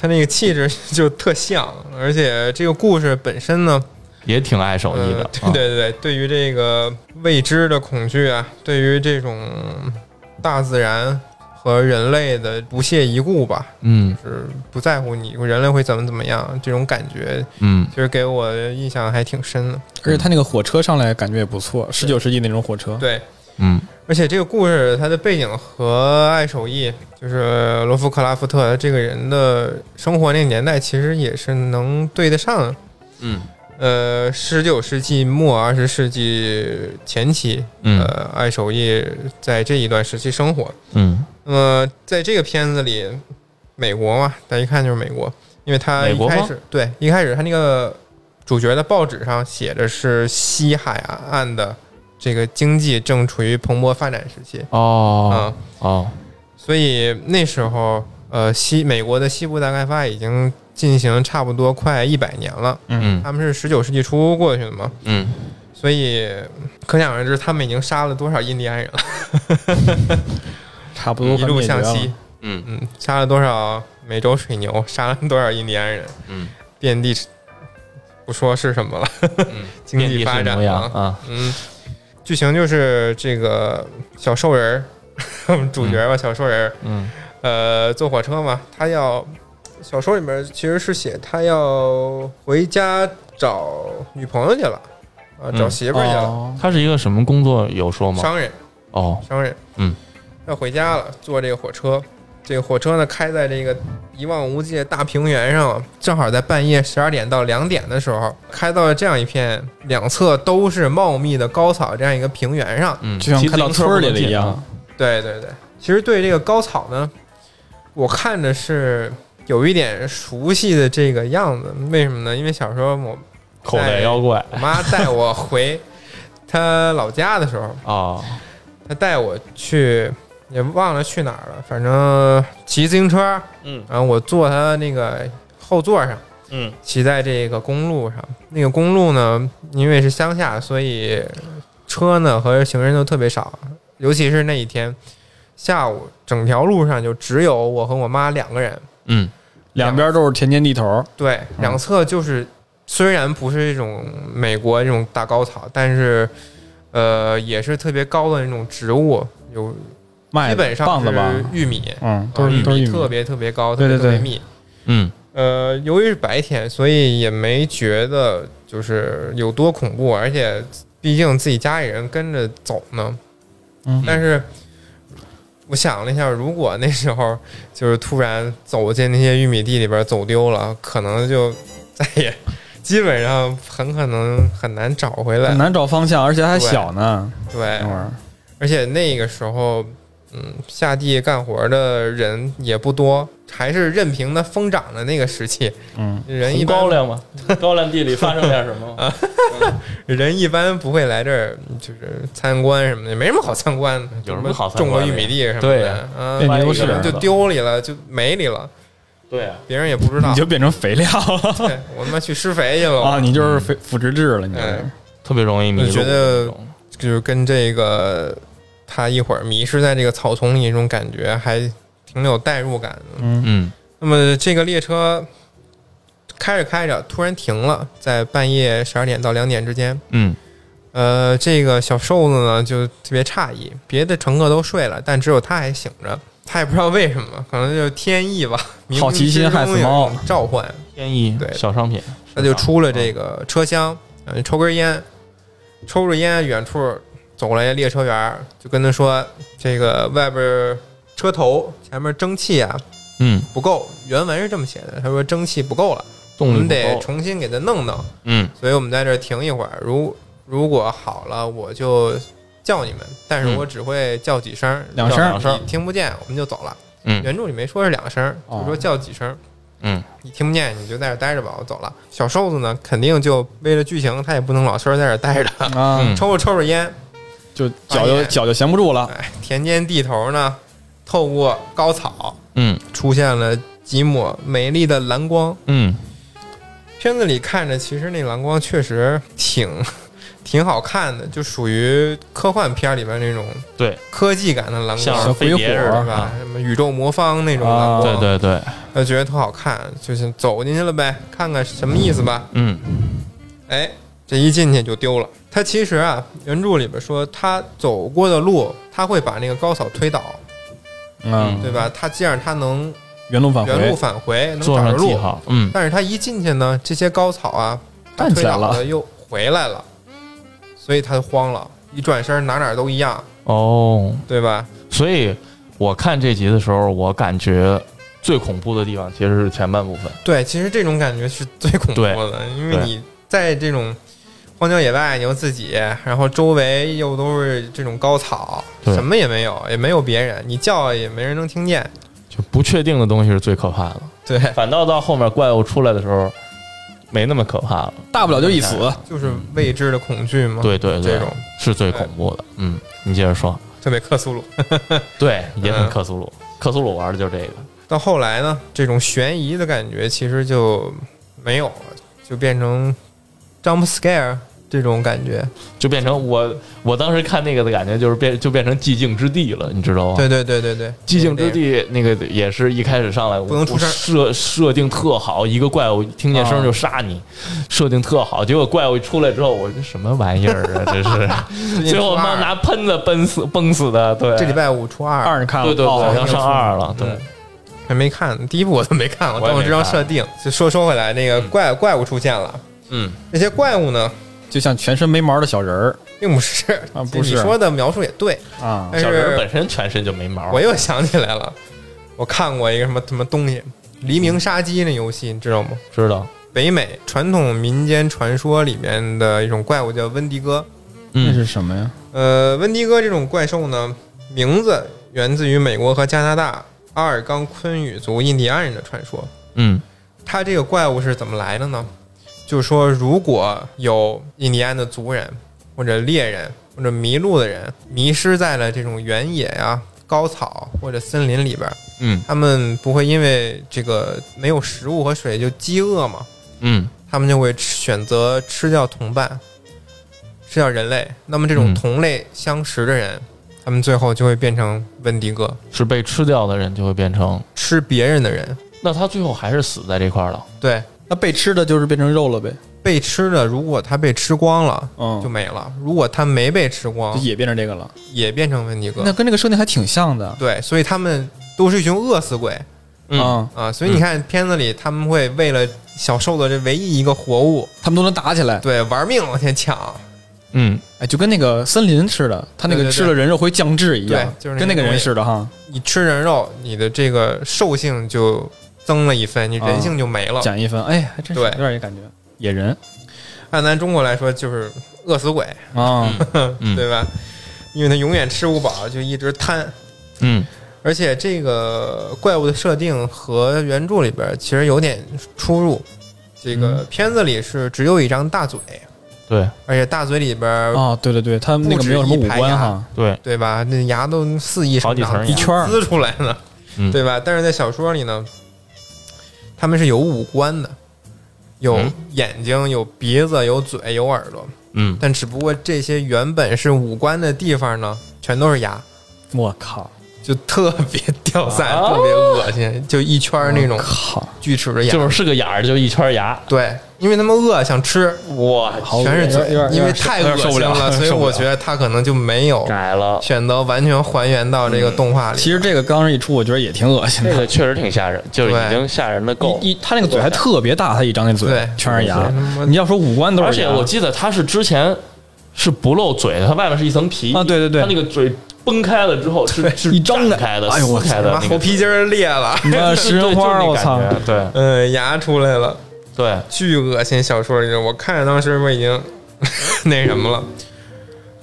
A: 他那个气质就特像，而且这个故事本身呢，
C: 也挺爱手艺的
A: 呃。对对
C: 啊
A: 对对，对于这个未知的恐惧啊，对于这种大自然和人类的不屑一顾吧，
C: 嗯
A: 就是不在乎你人类会怎么怎么样这种感觉，
C: 嗯
A: 其实给我的印象还挺深的。
B: 而且他那个火车上来感觉也不错，十九世纪那种火车，
A: 对，
C: 嗯
A: 而且这个故事它的背景和爱手艺，就是罗夫克拉夫特他这个人的生活那个年代，其实也是能对得上的。
C: 嗯
A: 呃，十九世纪末二十世纪前期，
C: 嗯
A: 呃，爱手艺在这一段时期生活。
C: 嗯，
A: 那么在这个片子里，美国嘛，但一看就是美国，因为他
C: 美
A: 一
C: 国吗
A: 开始对一开始他那个主角的报纸上写的是西海岸的这个经济正处于蓬勃发展时期啊、
C: 哦哦，
A: 所以那时候呃西美国的西部大开发已经进行差不多快一百年了，
C: 嗯
A: 他们是十九世纪初过去的嘛，
C: 嗯，
A: 所以可想而知他们已经杀了多少印第安人了，
B: 差不多
A: 一路
B: 快灭绝
A: 向
B: 了
A: 西。
C: 嗯
A: 嗯，杀了多少美洲水牛，杀了多少印第安人，
C: 嗯，
A: 遍地不说是什么了，
C: 嗯，
A: 经
C: 遍地
A: 济
C: 是
A: 发展
C: 牛羊
A: 啊
C: 啊，
A: 嗯，剧情就是这个小兽人儿， [LAUGHS] 主角吧，小兽人儿，
C: 嗯
A: 呃，坐火车嘛，他要小说里面其实是写他要回家找女朋友去了，啊，找
C: 嗯
A: 媳妇儿去了，
B: 哦
C: 他是一个什么工作有说吗？
A: 商人，
C: 哦，
A: 商人，
C: 嗯，
A: 要回家了，坐这个火车。这个火车呢，开在这个一望无际的大平原上，正好在半夜十二点到两点的时候，开到了这样一片两侧都是茂密的高草这样一个平原上。
C: 嗯，
B: 就像
C: 骑自
B: 看到
C: 行车
B: 村儿里
C: 不能
B: 了一
C: 进
B: 样
C: 啊，
A: 对对对，其实对这个高草呢，我看着是有一点熟悉的这个样子。为什么呢？因为小时候我
C: 口袋妖怪
A: 我妈带我回她老家的时候，
C: 哦，
A: 他带我去，也忘了去哪儿了，反正骑自行车，
C: 嗯
A: 然后我坐他那个后座上，
C: 嗯
A: 骑在这个公路上。那个公路呢，因为是乡下，所以车呢和行人都特别少，尤其是那一天下午，整条路上就只有我和我妈两个人。
C: 嗯
B: 两边都是田间地头，
A: 对，两侧就是虽然不是这种美国这种大高草，但是呃也是特别高的那种植物，有基
B: 麦子
A: 本上
B: 棒子吧，
A: 是玉米，
B: 嗯，都
A: 啊
B: 是都是玉
A: 特
B: 米，
A: 别特别高，
B: 对对
A: 特别
B: 对
A: 密。
C: 嗯
A: 呃，由于是白天，所以也没觉得就是有多恐怖，而且毕竟自己家里人跟着走呢。
B: 嗯
A: 但是我想了一下，如果那时候就是突然走进那些玉米地里边走丢了，可能就 [LAUGHS] 再也基本上很可能很难找回来
B: 很。难找方向，而且还
A: 对
B: 小呢，
A: 对
B: 那，会儿
A: 而且那个时候，嗯，下地干活的人也不多，还是任凭它疯长的那个时期，
B: 嗯，
A: 人一
D: 红
A: 般啊
D: 高粱嘛， [LAUGHS] 高粱地里发生点
A: [LAUGHS]
D: 什么？
A: 人一般不会来这儿，就是参观什么的，也没什么好参观的，
C: 有什么好参
A: 种
C: 观的
A: 个
C: 呀
A: 玉米地什么的，
C: 对呀
A: 啊，
B: 那
D: 你
B: 牛
D: 又
A: 可
B: 是
D: 是
A: 能就丢里了，就没里了，
D: 对啊，
A: 别人也不知道
B: 你。就变成肥料了
A: 对嗯我他妈去施肥去了，
B: 啊，你就是肥腐殖质了，你就是
A: 嗯
C: 特别容易迷
A: 我
C: 路。
A: 觉得就是跟这个他一会儿迷失在这个草丛里那种感觉，还挺有代入感的。
B: 嗯，
C: 嗯
A: 那么这个列车开着开着突然停了，在半夜十二点到两点之间。
C: 嗯
A: 呃，这个小瘦子呢就特别诧异，别的乘客都睡了，但只有他还醒着。他也不知道为什么，可能就是天意吧。冥冥
B: 好奇
A: 之
B: 心
A: 中
B: 害死猫
A: 有一种召唤，
C: 天意
A: 对
C: 小商品，
A: 他就出了
C: 啊
A: 这个车厢，嗯，抽根烟，抽着烟，远处走来列车员，就跟他说：“这个外边车头前面蒸汽啊
C: 嗯，
A: 不够。”原文是这么写的，他说蒸汽不够了。我
C: 动力
A: 们
C: 不
A: 得
C: 够。
A: 重新给它弄弄，
C: 嗯
A: 所以我们在这儿停一会儿。如如果好了，我就叫你们，但是
C: 嗯
A: 我只会叫几声儿，
B: 两
A: 叫
B: 声儿
A: 你
C: 两声儿
A: 听不见我们就走了。
C: 嗯
A: 原著里没说是两声儿，
B: 哦
A: 就说叫几声儿，
C: 嗯
A: 你听不见你就在这儿待着吧，我走了。小瘦子呢，肯定就为了剧情，他也不能老实在这儿待着，
B: 啊
C: 嗯，啊
A: 抽着抽着烟，
B: 就脚就
A: 哎
B: 脚就闲不住了，
A: 哎，田间地头呢，透过高草
C: 嗯
A: 出现了几抹美丽的蓝光。
C: 嗯
A: 片子里看着，其实那蓝光确实挺 [LAUGHS] 挺好看的，就属于科幻片里边那种
C: 对
A: 科技感的蓝
C: 像
A: 光，
C: 是
B: 小
C: 飞
B: 鬼
C: 碟似
B: 火
A: 对
C: 的
A: 吧
C: 啊，？
A: 什么宇宙魔方那种蓝
B: 啊
A: 光，
C: 对对对，
A: 呃，觉得特好看，就是走进去了呗，看看什么意思吧。
C: 嗯
A: 哎，这一进去就丢了。他其实啊，原著里边说他走过的路，他会把那个高嫂推倒，
B: 嗯，
A: 对吧？他这样他能
B: 原路返
A: 原路
B: 回，
A: 返回，能
C: 做
A: 找着
C: 上记
A: 路。
C: 号，嗯，
A: 但是他一进去呢，这些高草啊，他
B: 站起
A: 推
B: 来
A: 倒
B: 了
A: 的又回来了，所以他就慌了，一转身哪哪都一样，
C: 哦，
A: 对吧？
C: 所以我看这集的时候，我感觉最恐怖的地方其实是前半部分，
A: 对，其实这种感觉是最恐怖的，因为
C: 对
A: 你在这种荒郊野外，你又自己，然后周围又都是这种高草，
C: 对
A: 什么也没有，也没有别人，你叫也没人能听见。
C: 就不确定的东西是最可怕的，
A: 对，
D: 反倒到后面怪物出来的时候，没那么可怕了。
B: 大不了就一死。
A: 就是未知的恐惧嘛。，
C: 对对
A: 这
C: 对，
A: 种
C: 是最恐怖
A: 哎
C: 的。嗯，你接着说，
A: 特别克苏鲁。
C: 对，也很
A: 嗯
C: 克苏鲁，克苏鲁玩的就是这个。
A: 到后来呢，这种悬疑的感觉其实就没有了，就变成 jump scare 这种感觉。
C: 就变成我，我当时看那个的感觉就是变，就变成寂静之地了，你知道吗？
A: 对对对对对，
C: 哦寂静之地那个也是一开始上来
A: 不能出啊声
C: 我设设定特好，一个怪物听见声就杀你，设定特好。结果怪物一出来之后，我这什么玩意儿啊，这
A: [LAUGHS]
C: 是！
A: 最近
C: 最后
A: 初
C: 妈
A: 二
C: 拿喷子崩死崩死的，对，
A: 这礼拜五初二
B: 二你看了
C: 对对
B: 哦
C: 对，要上二了，对
A: 嗯还没看，第一部我都没看过，
C: 我也
A: 但
C: 没
A: 我知道
C: 看
A: 设定。就说说回来，那个怪怪物出现了，
C: 嗯，
A: 那些怪物呢，
B: 就像全身没毛的小人儿
A: 并不是
B: 啊不是
A: 你说的描述也对，
B: 啊，
A: 但
C: 小人儿
A: 是
C: 本身全身就没毛，
A: 我又想起来了，我看过一个什么什么东西，《黎明杀机》那游戏，你知道吗？
C: 知道，
A: 北美传统民间传说里面的一种怪物叫温迪哥。
B: 那
C: 嗯
B: 是什么呀？
A: 呃，温迪哥这种怪兽呢，名字源自于美国和加拿大阿尔冈昆语族印第安人的传说。
C: 嗯
A: 它这个怪物是怎么来的呢？就是说，如果有印第安的族人或者猎人或者迷路的人迷失在了这种原野呀、高草或者森林里边儿，
C: 嗯
A: 他们不会因为这个没有食物和水就饥饿嘛？
C: 嗯，
A: 他们就会吃选择吃掉同伴，吃掉人类。那么这种
C: 嗯
A: 同类相食的人，他们最后就会变成温迪哥，
C: 是被吃掉的人就会变成，
A: 吃别人的人。
C: 那他最后还是死在这块儿了。
A: 对，
B: 那被吃的就是变成肉了呗？
A: 被吃的如果他被吃光了，
B: 嗯，
A: 就没了；如果他没被吃光
B: 就，也变成这个了。
A: 也变成温迪哥
B: 那。跟这个设定还挺像的
A: 对，所以他们都是一群饿死鬼
C: 嗯，
B: 啊，
A: 啊！所以你看片子里，他们会为了小兽的这唯一一个活物，
B: 他们都能打起来。
A: 对，玩命往前抢。
C: 嗯，
B: 哎，就跟那个森林似的，他那
A: 对
B: 个
A: 对对
B: 吃了人肉会降智一样，
A: 对就是那个
B: 跟那个人
A: 东西
B: 似的哈。
A: 你吃人肉，你的这个兽性就增了一分，你人
C: 哦
A: 性就没了。
B: 减一分，哎，还真是
A: 哦对
B: 有点这感觉，野人
A: 按咱中国来说，就是饿死鬼，
B: 啊，
C: 嗯
A: 对吧？因为他永远吃不饱，就一直贪。
C: 嗯
A: 而且这个怪物的设定和原著里边其实有点出入。这
C: 嗯
A: 个片子里是只有一张大嘴，
C: 对
A: 而且大嘴里边，
B: 哦，对对对，他们那个没有什么五官哈，
C: 对，
A: 对吧？那牙都四溢生
C: 好
A: 长，
C: 几层牙
B: 一圈儿
A: 滋出来呢
C: 嗯，
A: 对吧？但是在小说里呢，他们是有五官的，有
C: 嗯
A: 眼睛、有鼻子、有嘴、有耳朵。
C: 嗯
A: 但只不过这些原本是五官的地方呢，全都是牙，
B: 我靠，
A: 就特别掉散，
C: 啊
A: 特别恶心，就一圈儿那种
B: 我靠，
A: 锯齿的牙。
C: 就是是个眼儿就一圈牙，
A: 对，因为他们饿想吃，
C: 哇，
B: 好
A: 全是
B: 恶
A: 嘴
B: 心有点有，点
A: 因为太恶
B: 有点受不
A: 心
B: 了
A: 所以
B: 受不了
A: 我觉得他可能就没有
C: 改了。
A: 选择完全还原到这个动画里。
B: 其实这个刚刚一出，我觉得也挺恶心
C: 这
B: 的。
C: 个 [LAUGHS] 确实挺吓人，就是已经吓人的够。
B: 一一他那个嘴还特别大，他一张那嘴
A: 对
B: 全是牙
A: 对他妈。
B: 你要说五官都
C: 而
B: 是
C: 且
B: 牙，
C: 我记得他是之前是不露嘴的，他外面是一层皮
B: 啊对对对
C: 他那个嘴崩开了之后是是
B: 一张开
C: 展开的，
B: 哎呦我
C: 撕开
A: 他
C: 的
A: 妈
C: 那
A: 猴
C: 个
A: 皮筋儿裂了，
B: 你看食人花儿，
C: 对
B: 我
C: 就是那
B: 操，
C: 感觉对
A: 嗯，牙出来了，
C: 对，
A: 巨恶心。小说里，我看着当时我已经 [LAUGHS] 那什么了。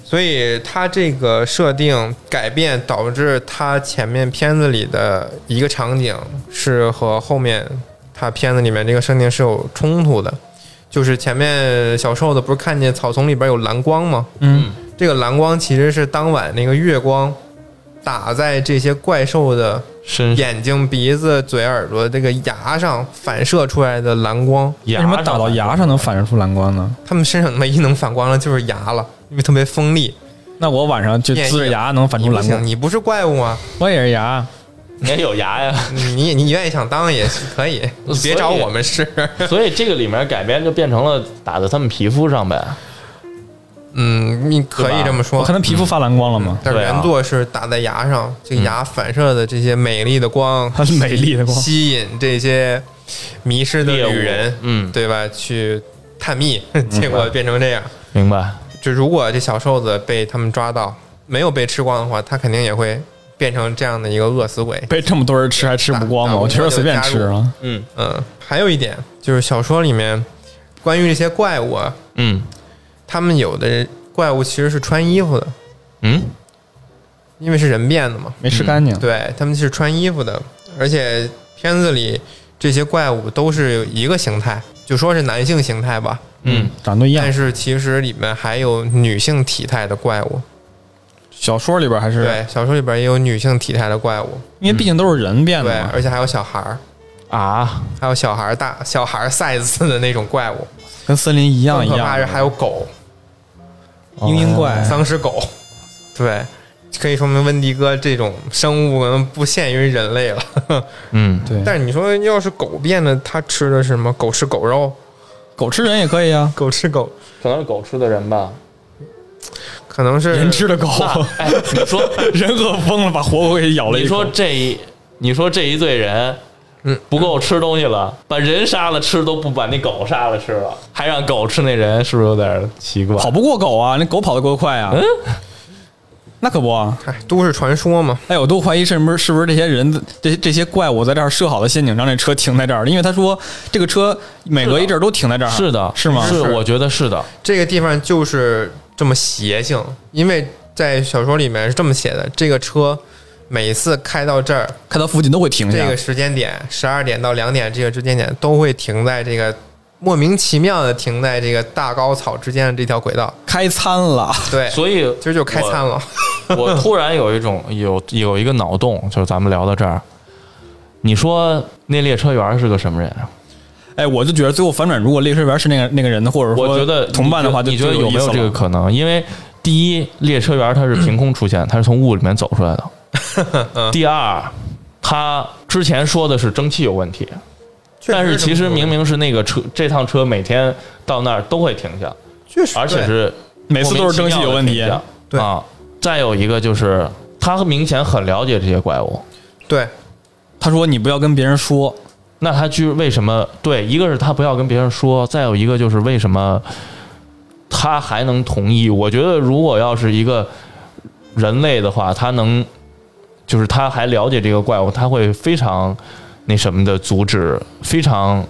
A: 所以他这个设定改变，导致他前面片子里的一个场景是和后面他片子里面这个设定是有冲突的。就是前面小瘦子不是看见草丛里边有蓝光吗？
B: 嗯，
A: 这个蓝光其实是当晚那个月光打在这些怪兽的
C: 身
A: 眼睛、鼻子、嘴、耳朵这个牙上反射出来的蓝光。
B: 为
C: 牙
B: 什么打到牙上能反射出蓝光呢？
A: 他们身上唯一能反光的就是牙了，因为特别锋利。
B: 那我晚上就呲着牙能反
A: 你
B: 出
A: 不
B: 蓝
A: 行，
B: 光，
A: 你不是怪物啊！
B: 我也是牙，
C: 你也有牙呀，
A: 你你愿意想当也是可以，你别找我们试。
C: 所以这个里面改编就变成了打在他们皮肤上呗。
A: 嗯，你可以这么
B: 我
A: 说嗯
B: 看。他皮肤发蓝光了吗？
A: 但
C: 对啊
A: 原作是打在牙上，这个牙反射的这些美丽的光，
B: 它是美丽的光
A: 吸引这些迷失的
C: 猎物
A: 旅人，
C: 嗯
A: 对吧？去探秘，结果变成这样。
C: 明白。
A: 就如果这小瘦子被他们抓到，没有被吃光的话，他肯定也会变成这样的一个饿死鬼。
B: 被这么多人吃还吃不光吗？
A: 打
B: 我觉得随便吃啊。
C: 嗯
A: 嗯，还有一点就是小说里面关于这些怪物，啊，
C: 嗯
A: 他们有的怪物其实是穿衣服的，
C: 嗯，
A: 因为是人变的嘛。
B: 没吃干净，
A: 嗯对，他们是穿衣服的，而且片子里这些怪物都是有一个形态，就说是男性形态吧，
C: 嗯，
B: 长得都一样
A: 但。是其实里面还有女性体态的怪物。
B: 小说里边还是，
A: 对，小说里边也有女性体态的怪物，
B: 因为毕竟都是人变
A: 对
B: 的，嘛。
A: 而且还有小孩儿，
C: 啊，
A: 还有小孩儿大、小孩儿 size 的那种怪物。
B: 跟森林一样
A: 更
B: 一
A: 可
B: 样
A: 怕是还
B: 的。
A: 有狗，
B: 嘤嘤怪，
A: 丧尸狗。对，可以说明温迪哥这种生物可能不限于人类了。 [LAUGHS]
C: 嗯，
B: 对，
A: 但是你说要是狗变的，它吃的是什么？狗吃狗肉，
B: 狗吃人也可以啊，
A: 狗吃狗，
C: 可能是狗吃的人吧。
A: 可能是
B: 人吃的狗，
C: 哎，你说，
B: 人饿疯了，把活狗给咬了一
C: 你
B: 口
C: 说这一，你说这一队人。
A: 嗯，
C: 不够吃东西了，把人杀了吃都不把那狗杀了吃了，还让狗吃那人，是不是嗯有点奇怪？
B: 跑不过狗啊，那狗跑得够快啊。那可不啊，
A: 哎都市传说嘛。
B: 哎，我都怀疑是不是是不是这些人这这些怪物在这儿设好的陷阱，让这车停在这儿了？因为他说这个车每隔一阵儿都停在这儿，
C: 是的，
B: 是吗？
C: 是，
A: 啊是
C: 我觉得是的。
A: 这个地方就是这么邪性，因为在小说里面是这么写的：这个车每次开到这儿，
B: 看到附近都会停下。
A: 这个时间点，十二点到两点这个时间点，都会停在这个莫名其妙的停在这个大高草之间的这条轨道。
B: 开餐了，
A: 对，
C: 所以
A: 哎其实就开餐了。
C: 我突然有一种有有一个脑洞，就是咱们聊到这儿，你说那列车员是个什么人啊？
B: 哎，我就觉得最后反转，如果列车员是那个那个人的，或者说
C: 我觉得
B: 同伴的话就，
C: 你觉得
B: 就
C: 有
B: 意
C: 没
B: 思
C: 有
B: 了
C: 这个？可能？因为第一，列车员他是凭空出现，他是从雾里面走出来的。
B: [LAUGHS]
C: 第二，他之前说的是蒸汽有问题，
A: [LAUGHS] 确
C: 但是
A: 这么
C: 其实
A: 说
C: 明明是那个车，这趟车每天到那儿都会停下，
A: 确实，
C: 而且
A: 对
C: 是
B: 每次都是蒸汽有问题
C: 莫名其妙地停下
A: 对
C: 啊。再有一个就是他明显很了解这些怪物，
A: 对
C: 啊
B: 他说你不要跟别人说，
C: 那他居为什么？对，一个是他不要跟别人说，再有一个就是为什么他还能同意？我觉得如果要是一个人类的话，他能就是他还了解这个怪物，他会非常那什么的阻止，非常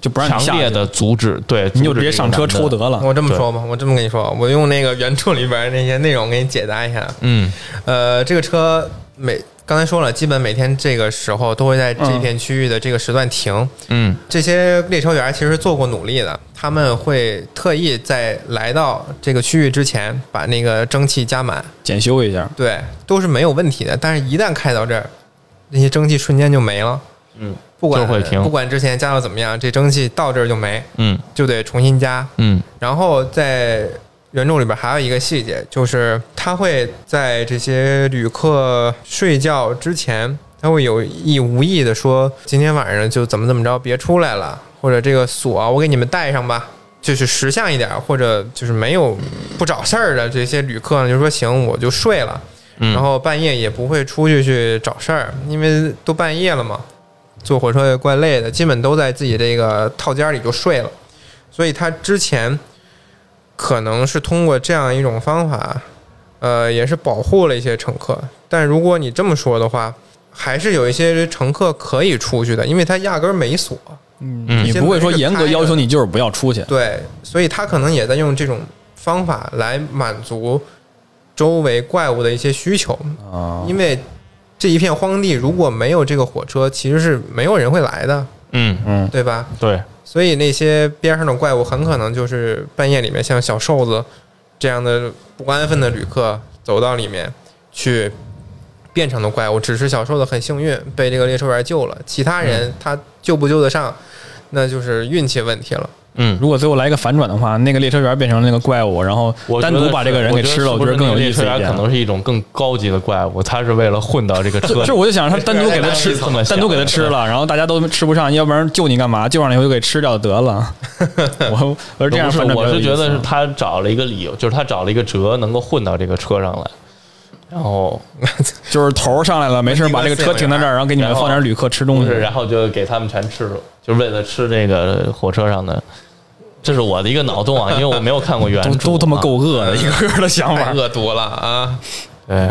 B: 就不让你
C: 强
B: 下去
C: 烈的阻止。对，
B: 你就
C: 阻止
B: 直接上车
C: 这
B: 抽
C: 个嗯男
B: 得
C: 的。
B: 了。
A: 我这么说吧，我这么跟你说，我用那个原著里边那些内容给你解答一下。
C: 嗯
A: 呃，这个车每刚才说了，基本每天这个时候都会在这片区域的这个时段停。
C: 嗯
A: 这些列车员其实做过努力的，他们会特意在来到这个区域之前把那个蒸汽加满，
B: 检修一下，
A: 对，都是没有问题的。但是，一旦开到这儿，那些蒸汽瞬间就没了。
C: 嗯
A: 不管
C: 就会停
A: 不管之前加到怎么样，这蒸汽到这儿就没，
C: 嗯
A: 就得重新加。
C: 嗯
A: 然后在原著里边还有一个细节，就是他会在这些旅客睡觉之前，他会有意无意的说：“今天晚上就怎么怎么着，别出来了，或者这个锁我给你们带上吧。”就是识相一点，或者就是没有不找事儿的这些旅客呢，就说行，我就睡了，
C: 嗯，
A: 然后半夜也不会出去去找事儿，因为都半夜了嘛，坐火车也怪累的，基本都在自己这个套间里就睡了。所以他之前可能是通过这样一种方法，呃，也是保护了一些乘客。但如果你这么说的话，还是有一些乘客可以出去的，因为他压根儿没锁。
B: 你不会说严格要求你就是不要出去。
A: 对，所以他可能也在用这种方法来满足周围怪物的一些需求。
B: 啊，
A: 因为这一片荒地如果没有这个火车，其实是没有人会来的，
C: 嗯
B: 嗯，
A: 对吧？
C: 对，
A: 所以那些边上的怪物很可能就是半夜里面像小瘦子这样的不安分的旅客走到里面去变成的怪物。只是小瘦子很幸运被这个列车员救了，其他人他救不救得上，那就是运气问题了。
C: 嗯，
B: 如果最后来一个反转的话，那个列车员变成了那个怪物，然后
C: 我觉
B: 单
C: 得
B: 独把这个人给吃了，我
C: 我
B: 觉得更有
C: 意
B: 意思
C: 思。
B: 一
C: 可
B: 点。
C: 能是一种更高级的怪物，他是为了混到这个车
B: 就
C: 里。
B: 就我就想他单独给他吃
C: 这么，想
B: 单独给他吃了，然后大家都吃不上，要不然救你干嘛？就让你又给吃掉得
C: [LAUGHS]
B: 了。我我是这样
C: 不是
B: 反，转比
C: 我
B: 较有
C: 是
B: 意思，啊
C: 觉得是他找了一个理由，就是他找了一个辙，能够混到这个车上来，然后
B: 就是头上来了，没事把这个车停在这儿，然后给你们放点旅客吃
C: 不
B: 东西
C: 是，。然后就给他们全吃了，就是为了吃这个火车上的。这是我的一个脑洞啊，因为我没有看过原著
B: [LAUGHS] 都
C: 啊，
B: 都他妈够恶的，一个个的想
A: 太
B: 法，
A: 恶毒了啊！
C: 对，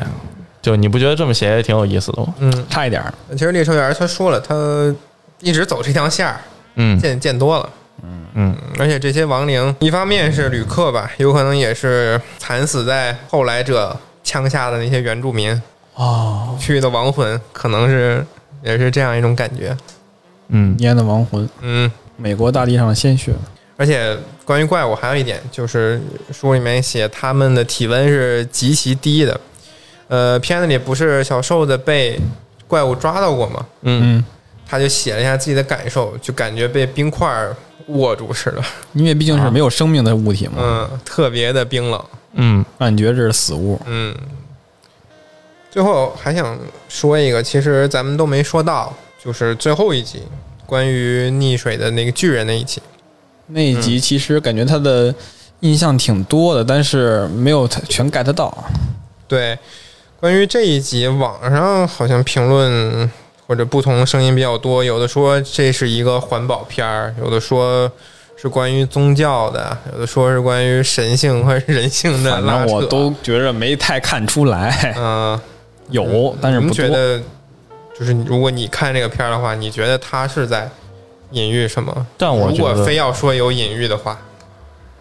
C: 就你不觉得这么写也挺有意思的吗？
A: 嗯，
B: 差一点儿。
A: [LAUGHS]
C: [LAUGHS]
A: 其实列车员他说了，他一直走这条线儿，
C: 嗯
A: 见见多了。
C: 嗯，
A: 而且这些亡灵，一方面是旅客吧，有可能也是惨死在后来者枪下的那些原住民
B: 哦，
A: 去的亡魂，可能是也是这样一种感觉。
C: 嗯
B: 烟的亡魂，
A: 嗯，
B: 美国大地上的鲜血。
A: 而且关于怪物还有一点，就是书里面写他们的体温是极其低的。呃，片子里不是小瘦子被怪物抓到过吗？
C: 嗯，
B: 嗯，
A: 他就写了一下自己的感受，就感觉被冰块儿握住似的，
B: 因为毕
C: 啊
B: 竟是没有生命的物体嘛，
A: 嗯，特别的冰冷。
C: 嗯
B: 让你觉得这是死物。
A: 嗯，最后还想说一个，其实咱们都没说到，就是最后一集关于溺水的那个巨人那一集。
B: 那一
A: 嗯
B: 集其实感觉他的印象挺多的，但是没有太全 get 到。
A: 对，关于这一集，网上好像评论或者不同声音比较多，有的说这是一个环保片儿，有的说。是关于宗教的，有的说是关于神性和人性的
B: 反
A: 拉
B: 正
A: 扯。
B: 我都觉着没太看出来，
A: [LAUGHS] 嗯、
B: 有但是
A: 你
B: 不
A: 们觉
B: 多。
A: 得，就是如果你看这个片儿的话，你觉得他是在隐喻什么？
C: 但我
A: 如
C: 觉
A: 果
C: 得
A: 非要说有隐喻的话，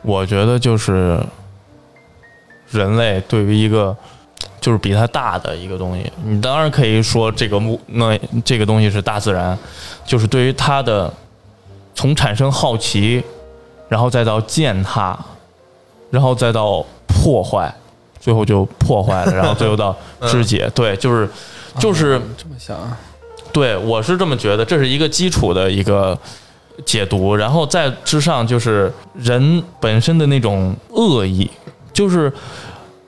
C: 我觉得就是人类对于一个就是比它大的一个东西，你当然可以说这个物那这个东西是大自然，就是对于它的从产生好奇，然后再到践踏，然后再到破坏，最后就破坏了，然后最后到肢解，对，就是就是。
B: 这么想啊，
C: 对，我是这么觉得，这是一个基础的一个解读，然后再之上就是人本身的那种恶意，就是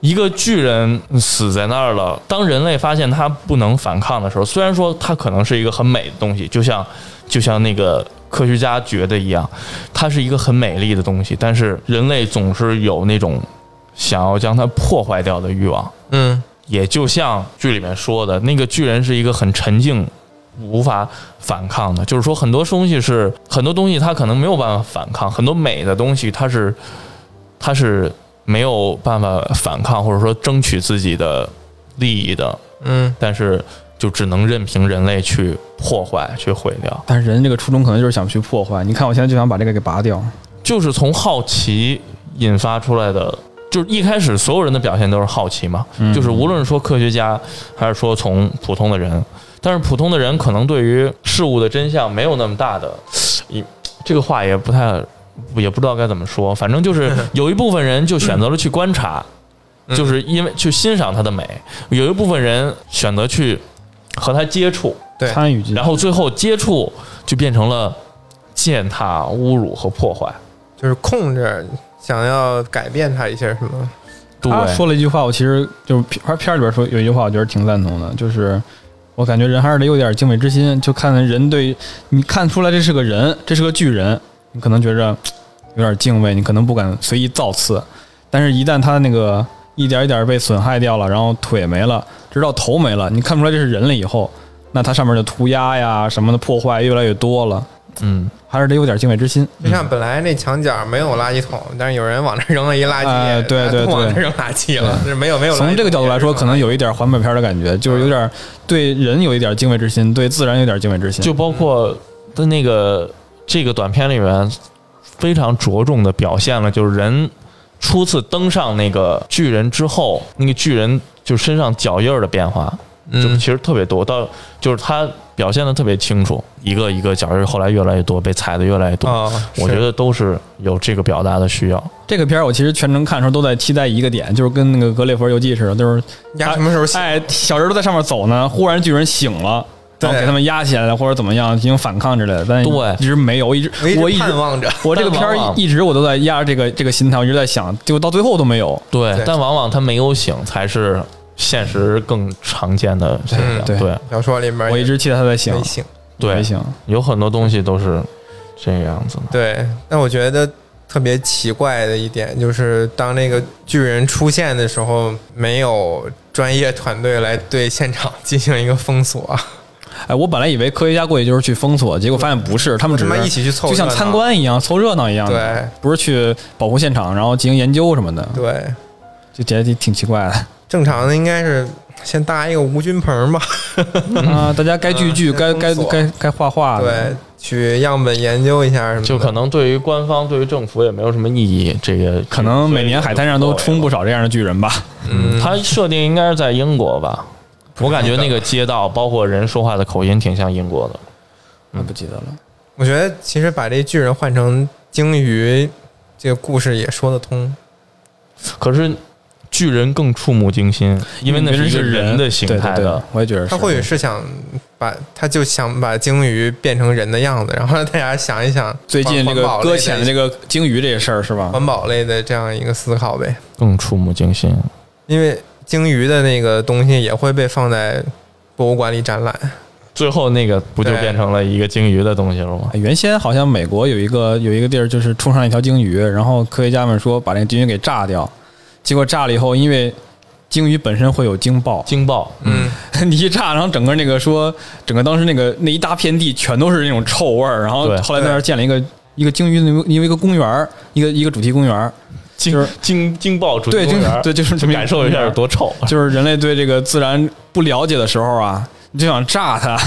C: 一个巨人死在那儿了，当人类发现他不能反抗的时候，虽然说他可能是一个很美的东西，就像就像那个。科学家觉得一样，它是一个很美丽的东西，但是人类总是有那种想要将它破坏掉的欲望。
A: 嗯
C: 也就像剧里面说的，那个巨人是一个很沉静、无法反抗的。就是说，很多东西是很多东西，它可能没有办法反抗；很多美的东西，它是它是没有办法反抗，或者说争取自己的利益的。
A: 嗯，
C: 但是，就只能任凭人类去破坏、去毁掉。
B: 但是人这个初衷可能就是想去破坏。你看我现在就想把这个给拔掉，
C: 就是从好奇引发出来的。就是一开始所有人的表现都是好奇嘛，就是无论说科学家还是说从普通的人，但是普通的人可能对于事物的真相没有那么大的，一这个话也不太也不知道该怎么说，反正就是有一部分人就选择了去观察，
A: 嗯
C: 就是因为去欣赏它的美，有一部分人选择去和它接触，
A: 对
B: 参与进去
C: 然后最后接触就变成了践踏、侮辱和破坏。
A: 就是控制，想要改变他一些什么。
C: 对，
B: 他说了一句话，我其实就是片片儿里边说有一句话，我觉得挺赞同的，就是我感觉人还是得有点敬畏之心，就看人对你看出来这是个人，这是个巨人，你可能觉着嘖有点敬畏，你可能不敢随意造次，但是一旦他那个一点一点被损害掉了，然后腿没了，直到头没了，你看不出来这是人了以后，那它上面的涂鸦呀什么的破坏越来越多了，
C: 嗯，
B: 还是得有点敬畏之心。
A: 就像本来那墙角没有垃圾桶，但是有人往那儿扔了一垃圾，
B: 哎
A: 大
B: 对
A: 家都
B: 对对嗯
A: 往那儿扔垃圾了，是没有没有。
B: 从这个角度来说，可能有一点环保片的感觉，就是有点对人有一点敬畏之心，对自然有点敬畏之心。
C: 就包括的那个这个短片里面非常着重的表现了，就是人初次登上那个巨人之后，那个巨人就身上脚印儿的变化，就
A: 嗯
C: 其实特别多，到就是他表现的特别清楚，一个一个脚印儿后来越来越多，被踩的越来越多。
A: 啊，
C: 我觉
A: 是
C: 得都是有这个表达的需要，
B: 这个片儿，我其实全程看的时候都在期待一个点，就是跟那个《格列佛游记》似的，就是哎
A: 你丫什么时候醒？
B: 哎，小人都在上面走呢，忽然巨人醒了，然后给他们压起来了或者怎么样进行反抗之类的，但
C: 对
B: 一直没有，一直我一直
A: 盼望着，啊
B: 我这个
C: 但
B: 片儿
C: 往往
B: 一直我都在压着这个这个心态，我一直在想，结果到最后都没有。
C: 对
A: 对，
C: 但往往他没有醒才是现实更常见的现象。
B: 对
C: 对
A: 小说里面
B: 我一直期待他在醒
A: 没，醒。
C: 对
B: 没醒。
C: 有很多东西都是这个样子的。
A: 对，但我觉得特别奇怪的一点就是，当那个巨人出现的时候，没有专业团队来对现场进行一个封锁，
B: 哎，我本来以为科学家过去就是去封锁，结果发现不是，他们只
A: 他妈
B: 是
A: 一起去凑
B: 就
A: 热闹，
B: 像参观一样，凑热闹一样的，
A: 对
B: 不是去保护现场，然后进行研究什么的，
A: 对，
B: 就觉得挺奇怪的
A: 正常的应该是先搭一个无菌棚吧，
B: 啊。大家该聚聚，
A: 嗯
B: 该
A: 封
B: 该
A: 锁
B: 该该画
A: 啊
B: 画
A: [LAUGHS]
B: 的，
A: 对，取样本研究一下什么的，
C: 就可能对于官方、对于政府也没有什么意义。这个
B: 可能每年海滩上都冲不。少这样的巨人吧。
A: 嗯，
C: 它设定应该是在英国吧？我感觉那个街道，包括人说话的口音，挺像英国的。嗯
B: 我不记得了，
A: 我觉得其实把这巨人换成鲸鱼，这个故事也说得通。
C: 可是巨人更触目惊心，因为那
B: 别
C: 是
B: 嗯人
C: 一个
B: 是
C: 人的形态
B: 对对
C: 的
B: 对。我也觉得嗯
A: 他或许是想把，他就想把鲸鱼变成人的样子，然后让大家想一想
B: 最近这
A: 环保
B: 个
A: 类
B: 搁
A: 的
B: 浅的这个鲸鱼这个事儿是吧？
A: 环保类的这样一个思考呗。
C: 更触目惊心。
A: 因为鲸鱼的那个东西也会被放在博物馆里展览，
C: 最后那个不就
A: 对
C: 变成了一个鲸鱼的东西了吗？
B: 哎原先好像美国有一个有一个地儿，就是冲上一条鲸鱼，然后科学家们说把那个鲸鱼给炸掉，结果炸了以后，因为鲸鱼本身会有鲸爆， [LAUGHS]
C: 惊爆，
A: 嗯，
B: 你一炸，然后整个那个说，整个当时那个那一大片地全都是那种臭味儿，然后
C: 对
B: 后来在那儿建了一个一个鲸鱼的一个一个公园儿，一个一个主题公园儿，就是
C: 惊惊惊爆主
B: 对，
C: 题
B: 就
C: 公
B: 是
C: 园，
B: 对，就是这么一个
C: 感受一下有
B: 公园
C: 多臭。
B: 儿，就是人类对这个自然不了解的时候啊，你就想炸 [LAUGHS]